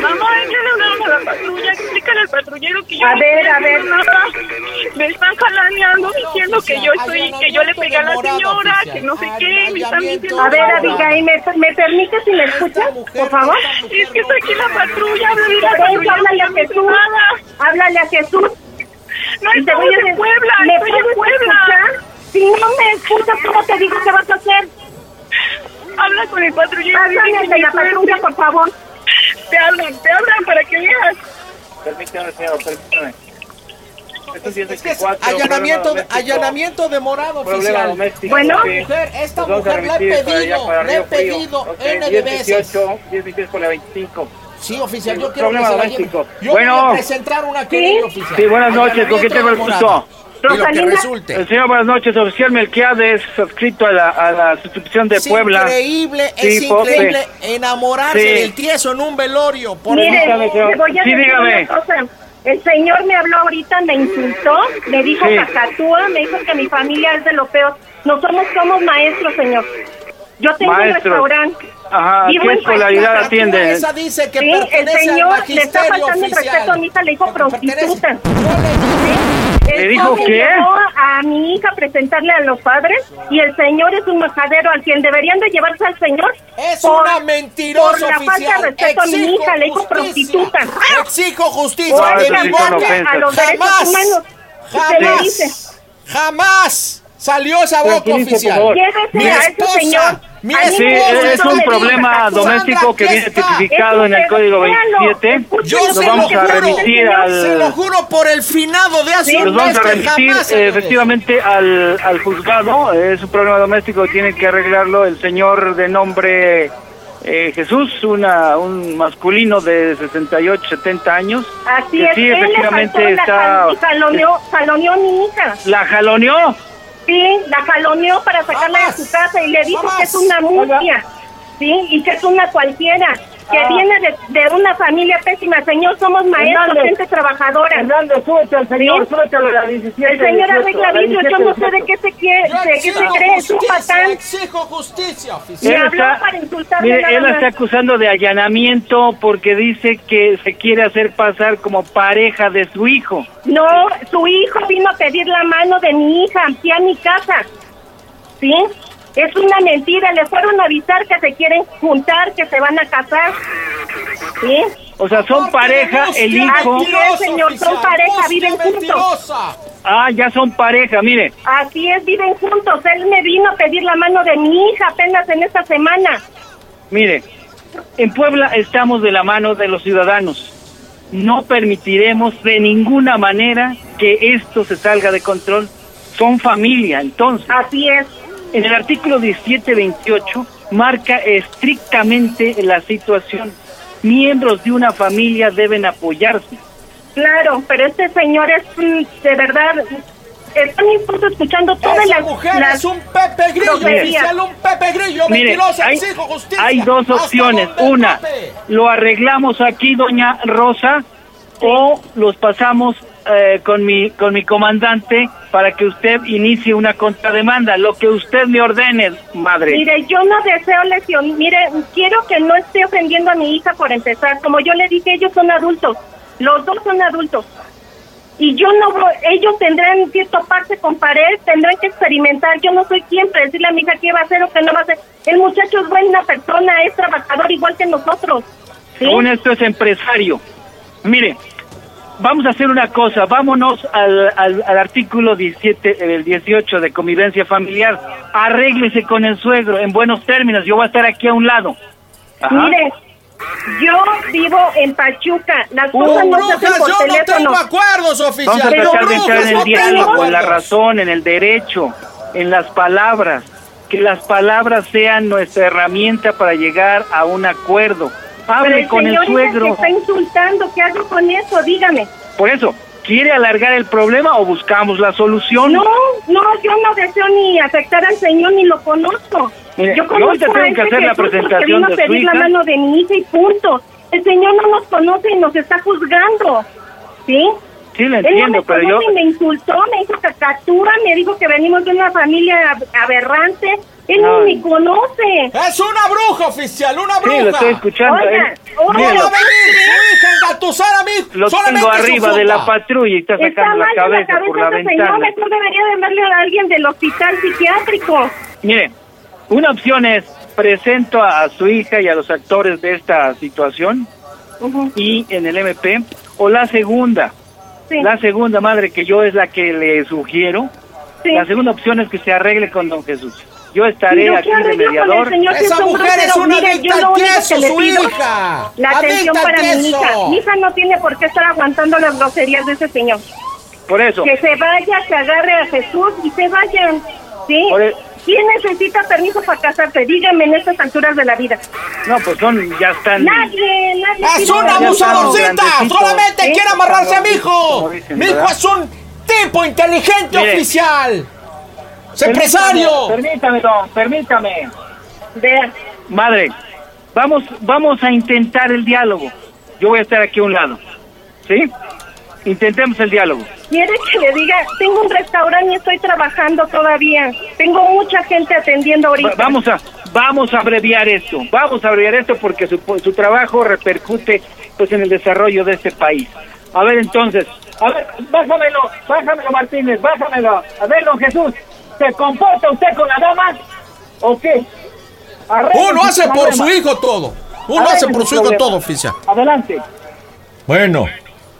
Speaker 10: Mamá, échale una mano a la patrulla. Explícale al patrullero que yo.
Speaker 7: A
Speaker 10: no
Speaker 7: ver,
Speaker 10: quiero
Speaker 7: a ver.
Speaker 10: nada. Me están jalaneando diciendo que yo estoy, que yo le pegué a la señora, que no sé qué. Me están diciendo.
Speaker 7: A ver,
Speaker 10: cosas.
Speaker 7: Abigail, ¿me, me permite si me escuchas, por favor?
Speaker 10: Es que está aquí la patrulla. Háblale a la
Speaker 7: Pues,
Speaker 10: patrulla.
Speaker 7: háblale a Jesús, háblale a Jesús.
Speaker 10: No,
Speaker 7: Y te
Speaker 10: estoy
Speaker 7: voy a
Speaker 10: en
Speaker 7: decir,
Speaker 10: Puebla.
Speaker 7: ¿Me
Speaker 10: Estoy en
Speaker 7: puedes
Speaker 10: Puebla.
Speaker 7: escuchar? Si no me escuchas, ¿cómo te digo qué vas a hacer?
Speaker 10: Habla con el patrullero.
Speaker 7: Pásame
Speaker 10: dile que
Speaker 7: el de
Speaker 10: mi
Speaker 7: la
Speaker 10: suerte.
Speaker 7: patrulla, por favor.
Speaker 10: Te hablan, te hablan para que veas.
Speaker 11: Permítame, señor, permítame. Esto sí es
Speaker 14: Es que es allanamiento, allanamiento de morado
Speaker 11: Problema
Speaker 14: oficial.
Speaker 11: doméstico,
Speaker 14: bueno,
Speaker 11: sí.
Speaker 14: mujer, esta
Speaker 11: Nos vamos a
Speaker 14: mujer le he
Speaker 11: remitir para allá,
Speaker 14: pedido,
Speaker 11: para
Speaker 14: le he
Speaker 11: Río Frío.
Speaker 14: pedido
Speaker 11: Ok,
Speaker 14: N de
Speaker 11: 10,
Speaker 14: veces.
Speaker 11: 18, 10, 28 con la 25.
Speaker 14: Sí, oficial,
Speaker 11: Sí,
Speaker 14: yo quiero que
Speaker 11: problema
Speaker 14: se la
Speaker 11: doméstico.
Speaker 14: lleve. Yo
Speaker 11: Bueno.
Speaker 14: voy a presentar una querella oficial.
Speaker 11: Sí, buenas noches, ¿con quién
Speaker 14: Allanamiento
Speaker 11: tengo el
Speaker 14: de morado.
Speaker 11: gusto?
Speaker 14: Y lo que resulte.
Speaker 11: El señor, buenas noches, oficial Melquiades, suscrito a la, a la suscripción de
Speaker 14: Es
Speaker 11: Puebla.
Speaker 14: increíble,
Speaker 11: Sí,
Speaker 14: es
Speaker 11: Pope.
Speaker 14: increíble enamorarse
Speaker 11: Sí.
Speaker 14: del tieso en un velorio. Por
Speaker 7: Mire,
Speaker 14: favor.
Speaker 7: le voy a
Speaker 11: Sí,
Speaker 7: decir
Speaker 11: dígame.
Speaker 7: una cosa. El señor me habló ahorita, me insultó, me dijo
Speaker 11: Sí.
Speaker 7: cacatúa, me dijo que mi familia es de lo peor. Nosotros somos maestros, señor. Yo tengo
Speaker 11: Maestro.
Speaker 7: un restaurante.
Speaker 11: Ajá,
Speaker 7: Vivo
Speaker 11: ¿qué
Speaker 7: en
Speaker 11: escolaridad
Speaker 7: Cuenca.
Speaker 11: atiende?
Speaker 14: Esa dice que
Speaker 7: Sí, el
Speaker 14: pertenece al
Speaker 7: señor le está
Speaker 14: magisterio
Speaker 7: faltando el
Speaker 14: oficial.
Speaker 7: respeto a mi hija, le dijo prostituta. Sí,
Speaker 11: ¿Le
Speaker 7: el
Speaker 11: dijo
Speaker 7: joven
Speaker 11: qué?
Speaker 7: llegó a mi hija a presentarle a los padres y el señor es un majadero al quien deberían de llevarse al señor
Speaker 14: Es
Speaker 7: por-
Speaker 14: una mentirosa
Speaker 7: por la falta
Speaker 14: oficial.
Speaker 7: de respeto a mi
Speaker 14: Exijo
Speaker 7: hija, le dijo
Speaker 14: justicia.
Speaker 7: prostituta.
Speaker 14: Exijo
Speaker 7: Por
Speaker 14: justicia.
Speaker 7: la
Speaker 14: de mi
Speaker 7: falta
Speaker 14: boca.
Speaker 7: a los derechos humanos.
Speaker 14: Jamás.
Speaker 7: Se le dice.
Speaker 14: Jamás salió esa boca
Speaker 11: Tranquilice, por
Speaker 14: oficial.
Speaker 11: favor.
Speaker 7: Llévese a ese señor.
Speaker 14: Mi
Speaker 7: A mí
Speaker 11: Sí,
Speaker 7: me
Speaker 14: esposa.
Speaker 7: gusta
Speaker 11: es un
Speaker 7: Sandra,
Speaker 11: problema
Speaker 7: Sandra,
Speaker 11: doméstico que
Speaker 14: ¿qué
Speaker 11: viene
Speaker 14: está?
Speaker 11: tipificado en el
Speaker 7: Eso,
Speaker 11: Código
Speaker 7: véalo,
Speaker 11: 27.
Speaker 7: escúchalo,
Speaker 11: Nos
Speaker 7: se lo
Speaker 11: vamos a
Speaker 7: juro.
Speaker 11: remitir
Speaker 14: Se lo
Speaker 11: al...
Speaker 14: juro por el finado de hace
Speaker 11: Nos
Speaker 14: un
Speaker 11: vamos
Speaker 14: mes
Speaker 11: a
Speaker 14: que
Speaker 11: remitir
Speaker 14: jamás.
Speaker 11: eh, efectivamente al, al juzgado. Es un problema doméstico, tiene que arreglarlo el señor de nombre eh, Jesús, una, un masculino de 68, 70 años.
Speaker 7: Así
Speaker 11: que
Speaker 7: es,
Speaker 11: sí,
Speaker 7: él le
Speaker 11: efectivamente
Speaker 7: faltó
Speaker 11: está...
Speaker 7: La jal- jaloneó, jaloneó a mi hija.
Speaker 11: ¿La jaloneó?
Speaker 7: Sí, la jaloneó para sacarla de su casa y le dijo que es una murcia, sí, y que es una cualquiera, que
Speaker 15: Ah.
Speaker 7: viene de, de una familia pésima. Señor, somos maestros,
Speaker 15: Hernández.
Speaker 7: gente trabajadora.
Speaker 15: Hernández, súbete al señor, súbete a la 17,
Speaker 7: El señor
Speaker 15: 18,
Speaker 7: arregla
Speaker 15: la
Speaker 7: vidrio, yo no
Speaker 15: 17.
Speaker 7: sé de qué se, quiere,
Speaker 14: Yo
Speaker 7: de qué se
Speaker 14: exijo
Speaker 7: cree, es un
Speaker 14: justicia,
Speaker 7: patán.
Speaker 14: Exijo justicia oficial.
Speaker 7: Me
Speaker 11: Él
Speaker 7: habló
Speaker 11: está-
Speaker 7: para insultarme
Speaker 11: Mire,
Speaker 7: nada
Speaker 11: él la
Speaker 7: más.
Speaker 11: está acusando de allanamiento porque dice que se quiere hacer pasar como pareja de su hijo.
Speaker 7: No, su hijo vino a pedir la mano de mi hija aquí a mi casa. ¿Sí? Es una mentira. Le fueron a avisar que se quieren juntar, que se van a casar. ¿Sí?
Speaker 11: O sea, son pareja el hijo.
Speaker 7: Así es, señor. Son pareja, viven juntos.
Speaker 11: Ah, ya son pareja, mire.
Speaker 7: Así es, viven juntos. Él me vino a pedir la mano de mi hija apenas en esta semana.
Speaker 11: Mire, en Puebla estamos de la mano de los ciudadanos. No permitiremos de ninguna manera que esto se salga de control. Son familia, entonces.
Speaker 7: Así es.
Speaker 11: En el artículo 1728 marca estrictamente la situación. Miembros de una familia deben apoyarse.
Speaker 7: Claro, pero este señor es mm, de verdad. Están incluso escuchando todas
Speaker 14: Esa
Speaker 7: las.
Speaker 14: mujer
Speaker 7: las
Speaker 14: es un Pepe Grillo
Speaker 7: groserías.
Speaker 14: oficial, un Pepe Grillo
Speaker 11: Mire,
Speaker 14: mentiroso,
Speaker 11: hay,
Speaker 14: exijo justicia.
Speaker 11: hay dos
Speaker 14: Hasta
Speaker 11: opciones.
Speaker 14: donde
Speaker 11: Una,
Speaker 14: tope.
Speaker 11: lo arreglamos aquí, doña Rosa, o los pasamos eh, con mi con mi comandante para que usted inicie una contrademanda. Lo que usted me ordene, madre.
Speaker 7: Mire, yo no deseo lesión. Mire, quiero que no esté ofendiendo a mi hija por empezar. Como yo le dije, ellos son adultos. Los dos son adultos. Y yo no, voy- ellos tendrán que toparse con pared, tendrán que experimentar. Yo no soy quien para decirle a mi hija qué va a hacer o qué no va a hacer. El muchacho es buena persona, es trabajador igual que nosotros. ¿sí?
Speaker 11: Según esto es empresario. Mire, vamos a hacer una cosa, vámonos al, al- al artículo 17, el 18 de convivencia familiar. Arréglese con el suegro en buenos términos, yo voy a estar aquí a un lado. Ajá.
Speaker 7: Mire, yo vivo en Pachuca.
Speaker 11: Uh,
Speaker 7: Las cosas
Speaker 14: Con
Speaker 7: no se hacen
Speaker 14: brujas,
Speaker 7: por
Speaker 14: yo no
Speaker 7: teléfono.
Speaker 14: tengo acuerdos
Speaker 11: Vamos a
Speaker 14: oficiales.
Speaker 11: tratar de entrar en el
Speaker 14: no
Speaker 11: diálogo,
Speaker 14: tengo
Speaker 11: en la
Speaker 14: acuerdos.
Speaker 11: razón, en el derecho, en las palabras. Que las palabras sean nuestra herramienta para llegar a un acuerdo.
Speaker 7: Pero
Speaker 11: Hable
Speaker 7: el
Speaker 11: con el
Speaker 7: señor es el
Speaker 11: suegro.
Speaker 7: que está insultando. ¿Qué hago con eso? Dígame.
Speaker 11: Por eso, ¿quiere alargar el problema o buscamos la solución?
Speaker 7: No, no, yo no deseo ni afectar al señor ni lo conozco.
Speaker 11: Mire,
Speaker 7: yo
Speaker 11: yo ahorita
Speaker 7: conozco
Speaker 11: tengo
Speaker 7: a
Speaker 11: que
Speaker 7: este
Speaker 11: hacer la
Speaker 7: Jesús porque
Speaker 11: presentación
Speaker 7: vino
Speaker 11: de
Speaker 7: a
Speaker 11: su
Speaker 7: pedir la
Speaker 11: hija.
Speaker 7: mano de mi hija y punto. El señor no nos conoce y nos está juzgando, ¿sí?
Speaker 11: Sí, le
Speaker 7: Él no
Speaker 11: entiendo,
Speaker 7: me
Speaker 11: pero yo...
Speaker 7: conoce y me insultó, me dijo cacatura, me dijo que venimos de una familia ab- aberrante. Él
Speaker 11: Ay.
Speaker 7: ni me conoce.
Speaker 14: Es una bruja oficial, una
Speaker 11: Sí,
Speaker 14: bruja.
Speaker 11: lo estoy escuchando.
Speaker 7: Oiga,
Speaker 11: eh.
Speaker 7: oiga.
Speaker 14: No va a
Speaker 11: Mire,
Speaker 14: venir
Speaker 11: lo-
Speaker 14: tu hija a engatusar a mi hijo.
Speaker 11: lo
Speaker 14: Solamente
Speaker 11: tengo arriba
Speaker 14: su
Speaker 11: de la
Speaker 14: fruta.
Speaker 11: patrulla y está
Speaker 7: Está
Speaker 11: sacando
Speaker 7: mal
Speaker 11: la
Speaker 7: de la
Speaker 11: cabeza
Speaker 7: cabeza
Speaker 11: por la
Speaker 7: ese señor,
Speaker 11: ventana.
Speaker 7: mejor debería de verle a alguien del hospital psiquiátrico.
Speaker 11: Mire, una opción es presento a, a su hija y a los actores de esta situación
Speaker 7: Ujú,
Speaker 11: y en el MP o la segunda,
Speaker 7: sí,
Speaker 11: la segunda madre que yo es la que le sugiero.
Speaker 7: sí.
Speaker 11: La segunda opción es que se arregle con don Jesús. Yo estaré
Speaker 7: Pero
Speaker 11: aquí
Speaker 7: ¿qué
Speaker 11: de
Speaker 7: arreglo con el
Speaker 11: mediador.
Speaker 7: señor si
Speaker 14: Esa
Speaker 7: es un
Speaker 14: mujer es
Speaker 7: grosero?
Speaker 14: una
Speaker 7: Mire,
Speaker 14: adicta
Speaker 7: yo lo
Speaker 14: al
Speaker 7: único
Speaker 14: queso,
Speaker 7: que le
Speaker 14: su
Speaker 7: pido,
Speaker 14: hija.
Speaker 7: La atención
Speaker 14: Adicta al
Speaker 7: para mi hija.
Speaker 14: queso.
Speaker 7: Mi hija no tiene por qué estar aguantando las groserías de ese señor.
Speaker 11: Por eso,
Speaker 7: Que se vaya, que agarre a Jesús y se vayan. ¿Sí?
Speaker 11: Oye.
Speaker 7: ¿Quién necesita permiso para casarse? Dígame en estas alturas de la vida.
Speaker 11: no, pues son, ya están.
Speaker 7: Nadie, nadie.
Speaker 14: ¡Es
Speaker 7: tiene
Speaker 14: una
Speaker 7: nada.
Speaker 14: abusadorcita!
Speaker 11: grandecitos.
Speaker 14: ¡Solamente
Speaker 11: Sí,
Speaker 14: quiere amarrarse a mi hijo!
Speaker 11: como dicen,
Speaker 14: ¡Mi hijo
Speaker 11: ¿verdad?
Speaker 14: es un tipo inteligente
Speaker 11: Mire.
Speaker 14: oficial! ¡Es empresario!
Speaker 11: Permítame, don, permítame.
Speaker 7: Vea,
Speaker 11: Madre, vamos, vamos a intentar el diálogo. Yo voy a estar aquí a un lado. ¿Sí? Intentemos el diálogo.
Speaker 7: quiere que le diga, tengo un restaurante y estoy trabajando todavía. Tengo mucha gente atendiendo ahorita.
Speaker 11: Va- vamos a, Vamos a abreviar esto, vamos a abreviar esto porque su, su trabajo repercute pues en el desarrollo de este país. A ver entonces,
Speaker 15: A ver, bájamelo, bájamelo, Martínez, bájamelo. A ver, don Jesús, ¿se comporta usted con la dama o qué? Arregle
Speaker 2: Uno hace por su
Speaker 15: problema.
Speaker 2: hijo todo. Uno
Speaker 15: Arregle
Speaker 2: hace por su hijo
Speaker 15: problema.
Speaker 2: todo, oficial.
Speaker 15: Adelante.
Speaker 2: Bueno,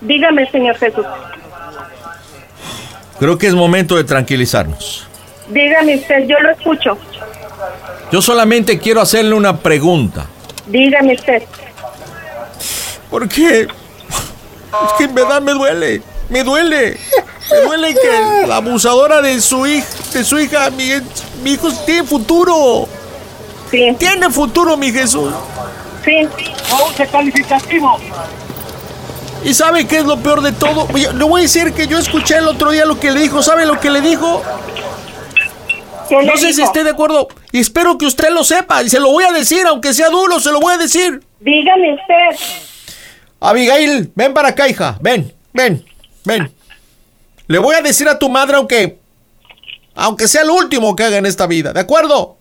Speaker 7: Dígame, señor Jesús.
Speaker 2: creo que es momento de tranquilizarnos.
Speaker 7: Dígame usted, yo lo escucho.
Speaker 2: Yo solamente quiero hacerle una pregunta.
Speaker 7: Dígame usted.
Speaker 2: ¿Por qué? Es que en verdad me duele. Me duele. Me duele que la abusadora de su hija, de su hija, mi, mi hijo tiene futuro. Tiene futuro, mi Jesús.
Speaker 7: Sí.
Speaker 15: Once calificativo.
Speaker 2: ¿Y sabe qué es lo peor de todo? Oye, Le voy a decir que yo escuché el otro día lo que le dijo. ¿Sabe lo que le dijo?
Speaker 7: ¿Qué
Speaker 2: no
Speaker 7: le
Speaker 2: sé si
Speaker 7: dijo?
Speaker 2: esté de acuerdo. Y espero que usted lo sepa. Y se lo voy a decir, aunque sea duro, se lo voy a decir.
Speaker 7: Dígame usted.
Speaker 2: Abigail, ven para acá, hija. Ven, ven, ven. Le voy a decir a tu madre, aunque. Aunque sea el último que haga en esta vida, ¿de acuerdo?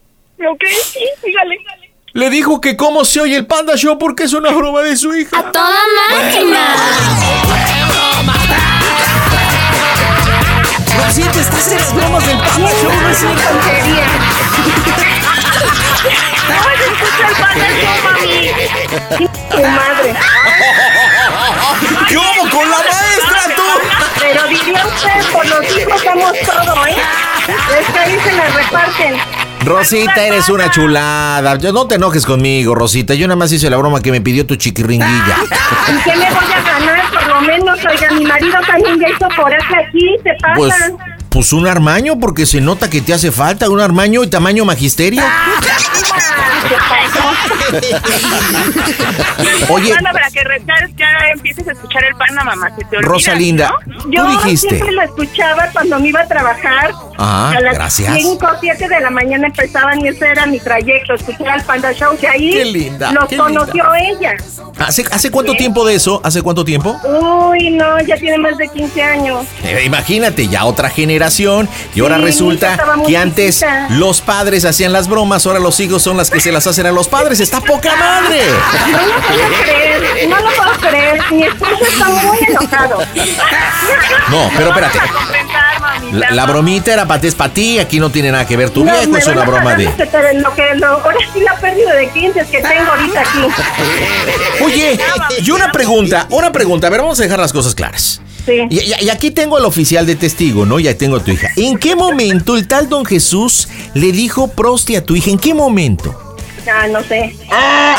Speaker 7: Ok, sí, dígale.
Speaker 2: Le dijo que cómo se oye el Panda Show porque es una broma de su hija. ¡A
Speaker 8: toda
Speaker 16: Lo siento, estás en las bromas del Panda Show, no es una tontería.
Speaker 7: Tu madre.
Speaker 2: ¿Cómo con la maestra tú?
Speaker 7: Pero diría usted, por los hijos somos todo, ¿eh? Es que ahí se les reparten.
Speaker 2: Rosita, eres una chulada. Yo- no te enojes conmigo, Rosita. Yo nada más hice la broma que me pidió tu chiquiringuilla.
Speaker 7: ¿Y qué me voy a ganar? Por lo menos, oiga, mi marido también ya hizo por eso aquí, se pasa.
Speaker 2: Pues, pues un armaño, porque se nota que te hace falta un armaño y tamaño magisterio. Oye.
Speaker 10: Panda, para que rezar ya empieces a escuchar el panda, mamá. Se te olvida,
Speaker 2: Rosalinda,
Speaker 10: ¿no?
Speaker 2: tú
Speaker 7: Yo
Speaker 2: dijiste.
Speaker 7: siempre lo escuchaba cuando me iba a trabajar.
Speaker 2: Ah,
Speaker 7: a las
Speaker 2: gracias.
Speaker 7: 5 o 7 de la mañana empezaban y ese era mi trayecto, escuchar al Panda Show. Y ahí
Speaker 2: Qué linda,
Speaker 7: los
Speaker 2: qué
Speaker 7: conoció ella.
Speaker 2: ¿Hace, hace cuánto tiempo de eso? ¿Hace cuánto tiempo?
Speaker 7: Uy, no, ya tiene más de 15 años.
Speaker 2: Eh, imagínate, ya otra generación y
Speaker 7: Sí,
Speaker 2: ahora
Speaker 7: mi hija estaba
Speaker 2: resulta
Speaker 7: muy
Speaker 2: que antes
Speaker 7: chiquita.
Speaker 2: los padres hacían las bromas, ahora los hijos son las que se las hacen a los padres. ¡Está poca madre!
Speaker 7: No lo puedo creer, no lo puedo creer. Mi esposo está muy enojado.
Speaker 2: No, pero espérate. La, la bromita era para ti, es para ti, aquí no tiene nada que ver tu
Speaker 7: No,
Speaker 2: viejo,
Speaker 7: me
Speaker 2: es
Speaker 7: van
Speaker 2: una
Speaker 7: a
Speaker 2: broma
Speaker 7: pagar
Speaker 2: de...
Speaker 7: lo que te- lo que- lo- ahora sí la pérdida de clientes que tengo ahorita aquí.
Speaker 2: Oye, y una pregunta, una pregunta, a ver, vamos a dejar las cosas claras.
Speaker 7: Sí.
Speaker 2: Y, y- y aquí tengo al oficial de testigo, ¿no? Ya tengo a tu hija. ¿En qué momento el tal don Jesús le dijo prosti a tu hija? ¿En qué momento?
Speaker 7: Ah, no sé.
Speaker 2: Ah,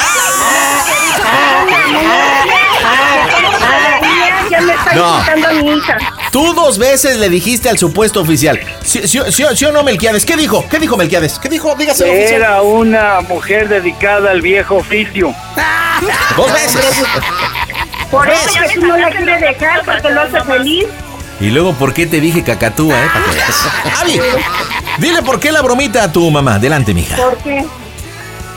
Speaker 7: Ya me está
Speaker 2: ah, No.
Speaker 7: insultando a mi hija.
Speaker 2: Tú dos veces le dijiste al supuesto oficial. ¿Sí, sí- sí- sí o no, Melquiades? ¿Qué dijo? ¿Qué dijo Melquiades? ¿Qué dijo? Dígaselo, oficial.
Speaker 11: Era una mujer dedicada al viejo oficio.
Speaker 2: Dos veces.
Speaker 7: Por eso que tú no la quiere dejar porque lo hace feliz.
Speaker 2: Y luego, ¿por qué te dije cacatúa, eh? Para que veas. Abby, dile por qué la bromita a tu mamá. Adelante, mija.
Speaker 7: ¿Por qué?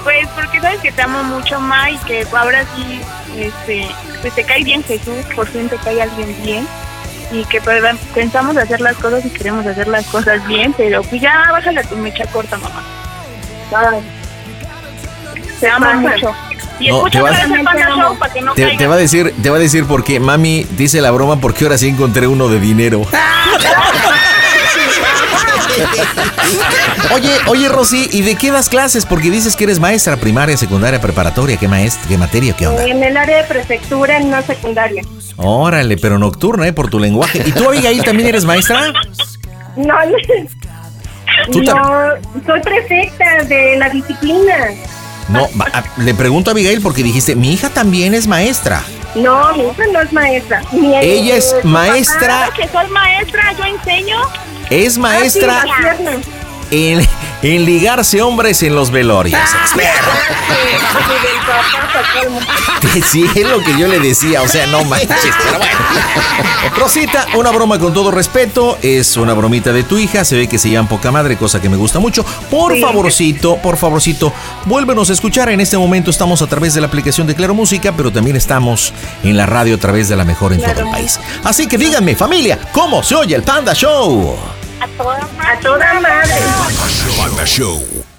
Speaker 10: Pues porque sabes que te amo mucho, Ma, y que ahora sí, este, pues te cae bien Jesús, por fin te cae alguien bien. Y que pues, pensamos hacer las cosas y queremos hacer las cosas bien, pero pues ya bájale a tu mecha corta, mamá. Te amo
Speaker 7: pasa?
Speaker 10: mucho. Y
Speaker 2: No, te
Speaker 10: escucha
Speaker 2: vas-
Speaker 10: otra vez el Panda Show para que no
Speaker 2: Te, te
Speaker 10: caigas.
Speaker 2: va a decir, te va a decir porque mami dice la broma porque ahora sí encontré uno de dinero. Oye, oye Rosy, ¿y de qué das clases? Porque dices que eres maestra primaria, secundaria, preparatoria, ¿qué maestra, qué materia, qué onda?
Speaker 7: En el área de prefectura, en una secundaria.
Speaker 2: Órale, pero nocturna, ¿eh? Por tu lenguaje. ¿Y tú, Abigail, también eres maestra?
Speaker 7: No,
Speaker 2: Tú
Speaker 7: no. soy prefecta de la disciplina.
Speaker 2: No, va- a- le pregunto a Abigail porque dijiste, mi hija también es maestra.
Speaker 7: No, mi hija no es maestra. Mi-
Speaker 2: Ella es
Speaker 7: eh, su
Speaker 2: maestra.
Speaker 7: papá,
Speaker 10: que soy maestra, yo enseño.
Speaker 2: Es maestra
Speaker 7: Ah, sí, las piernas.
Speaker 2: en, en ligarse hombres en los velorios. Sí, es lo que yo le decía, o sea, no manches, pero bueno. Rosita, una broma con todo respeto, es una bromita de tu hija, se ve que se llama poca madre, cosa que me gusta mucho. Por
Speaker 7: Sí.
Speaker 2: favorcito, por favorcito, vuélvenos a escuchar. En este momento estamos a través de la aplicación de Claro Música, pero también estamos en la radio a través de la mejor en todo el país. Así que díganme, familia, ¿cómo se oye el Panda Show?
Speaker 7: A toda madre.
Speaker 5: Panda Show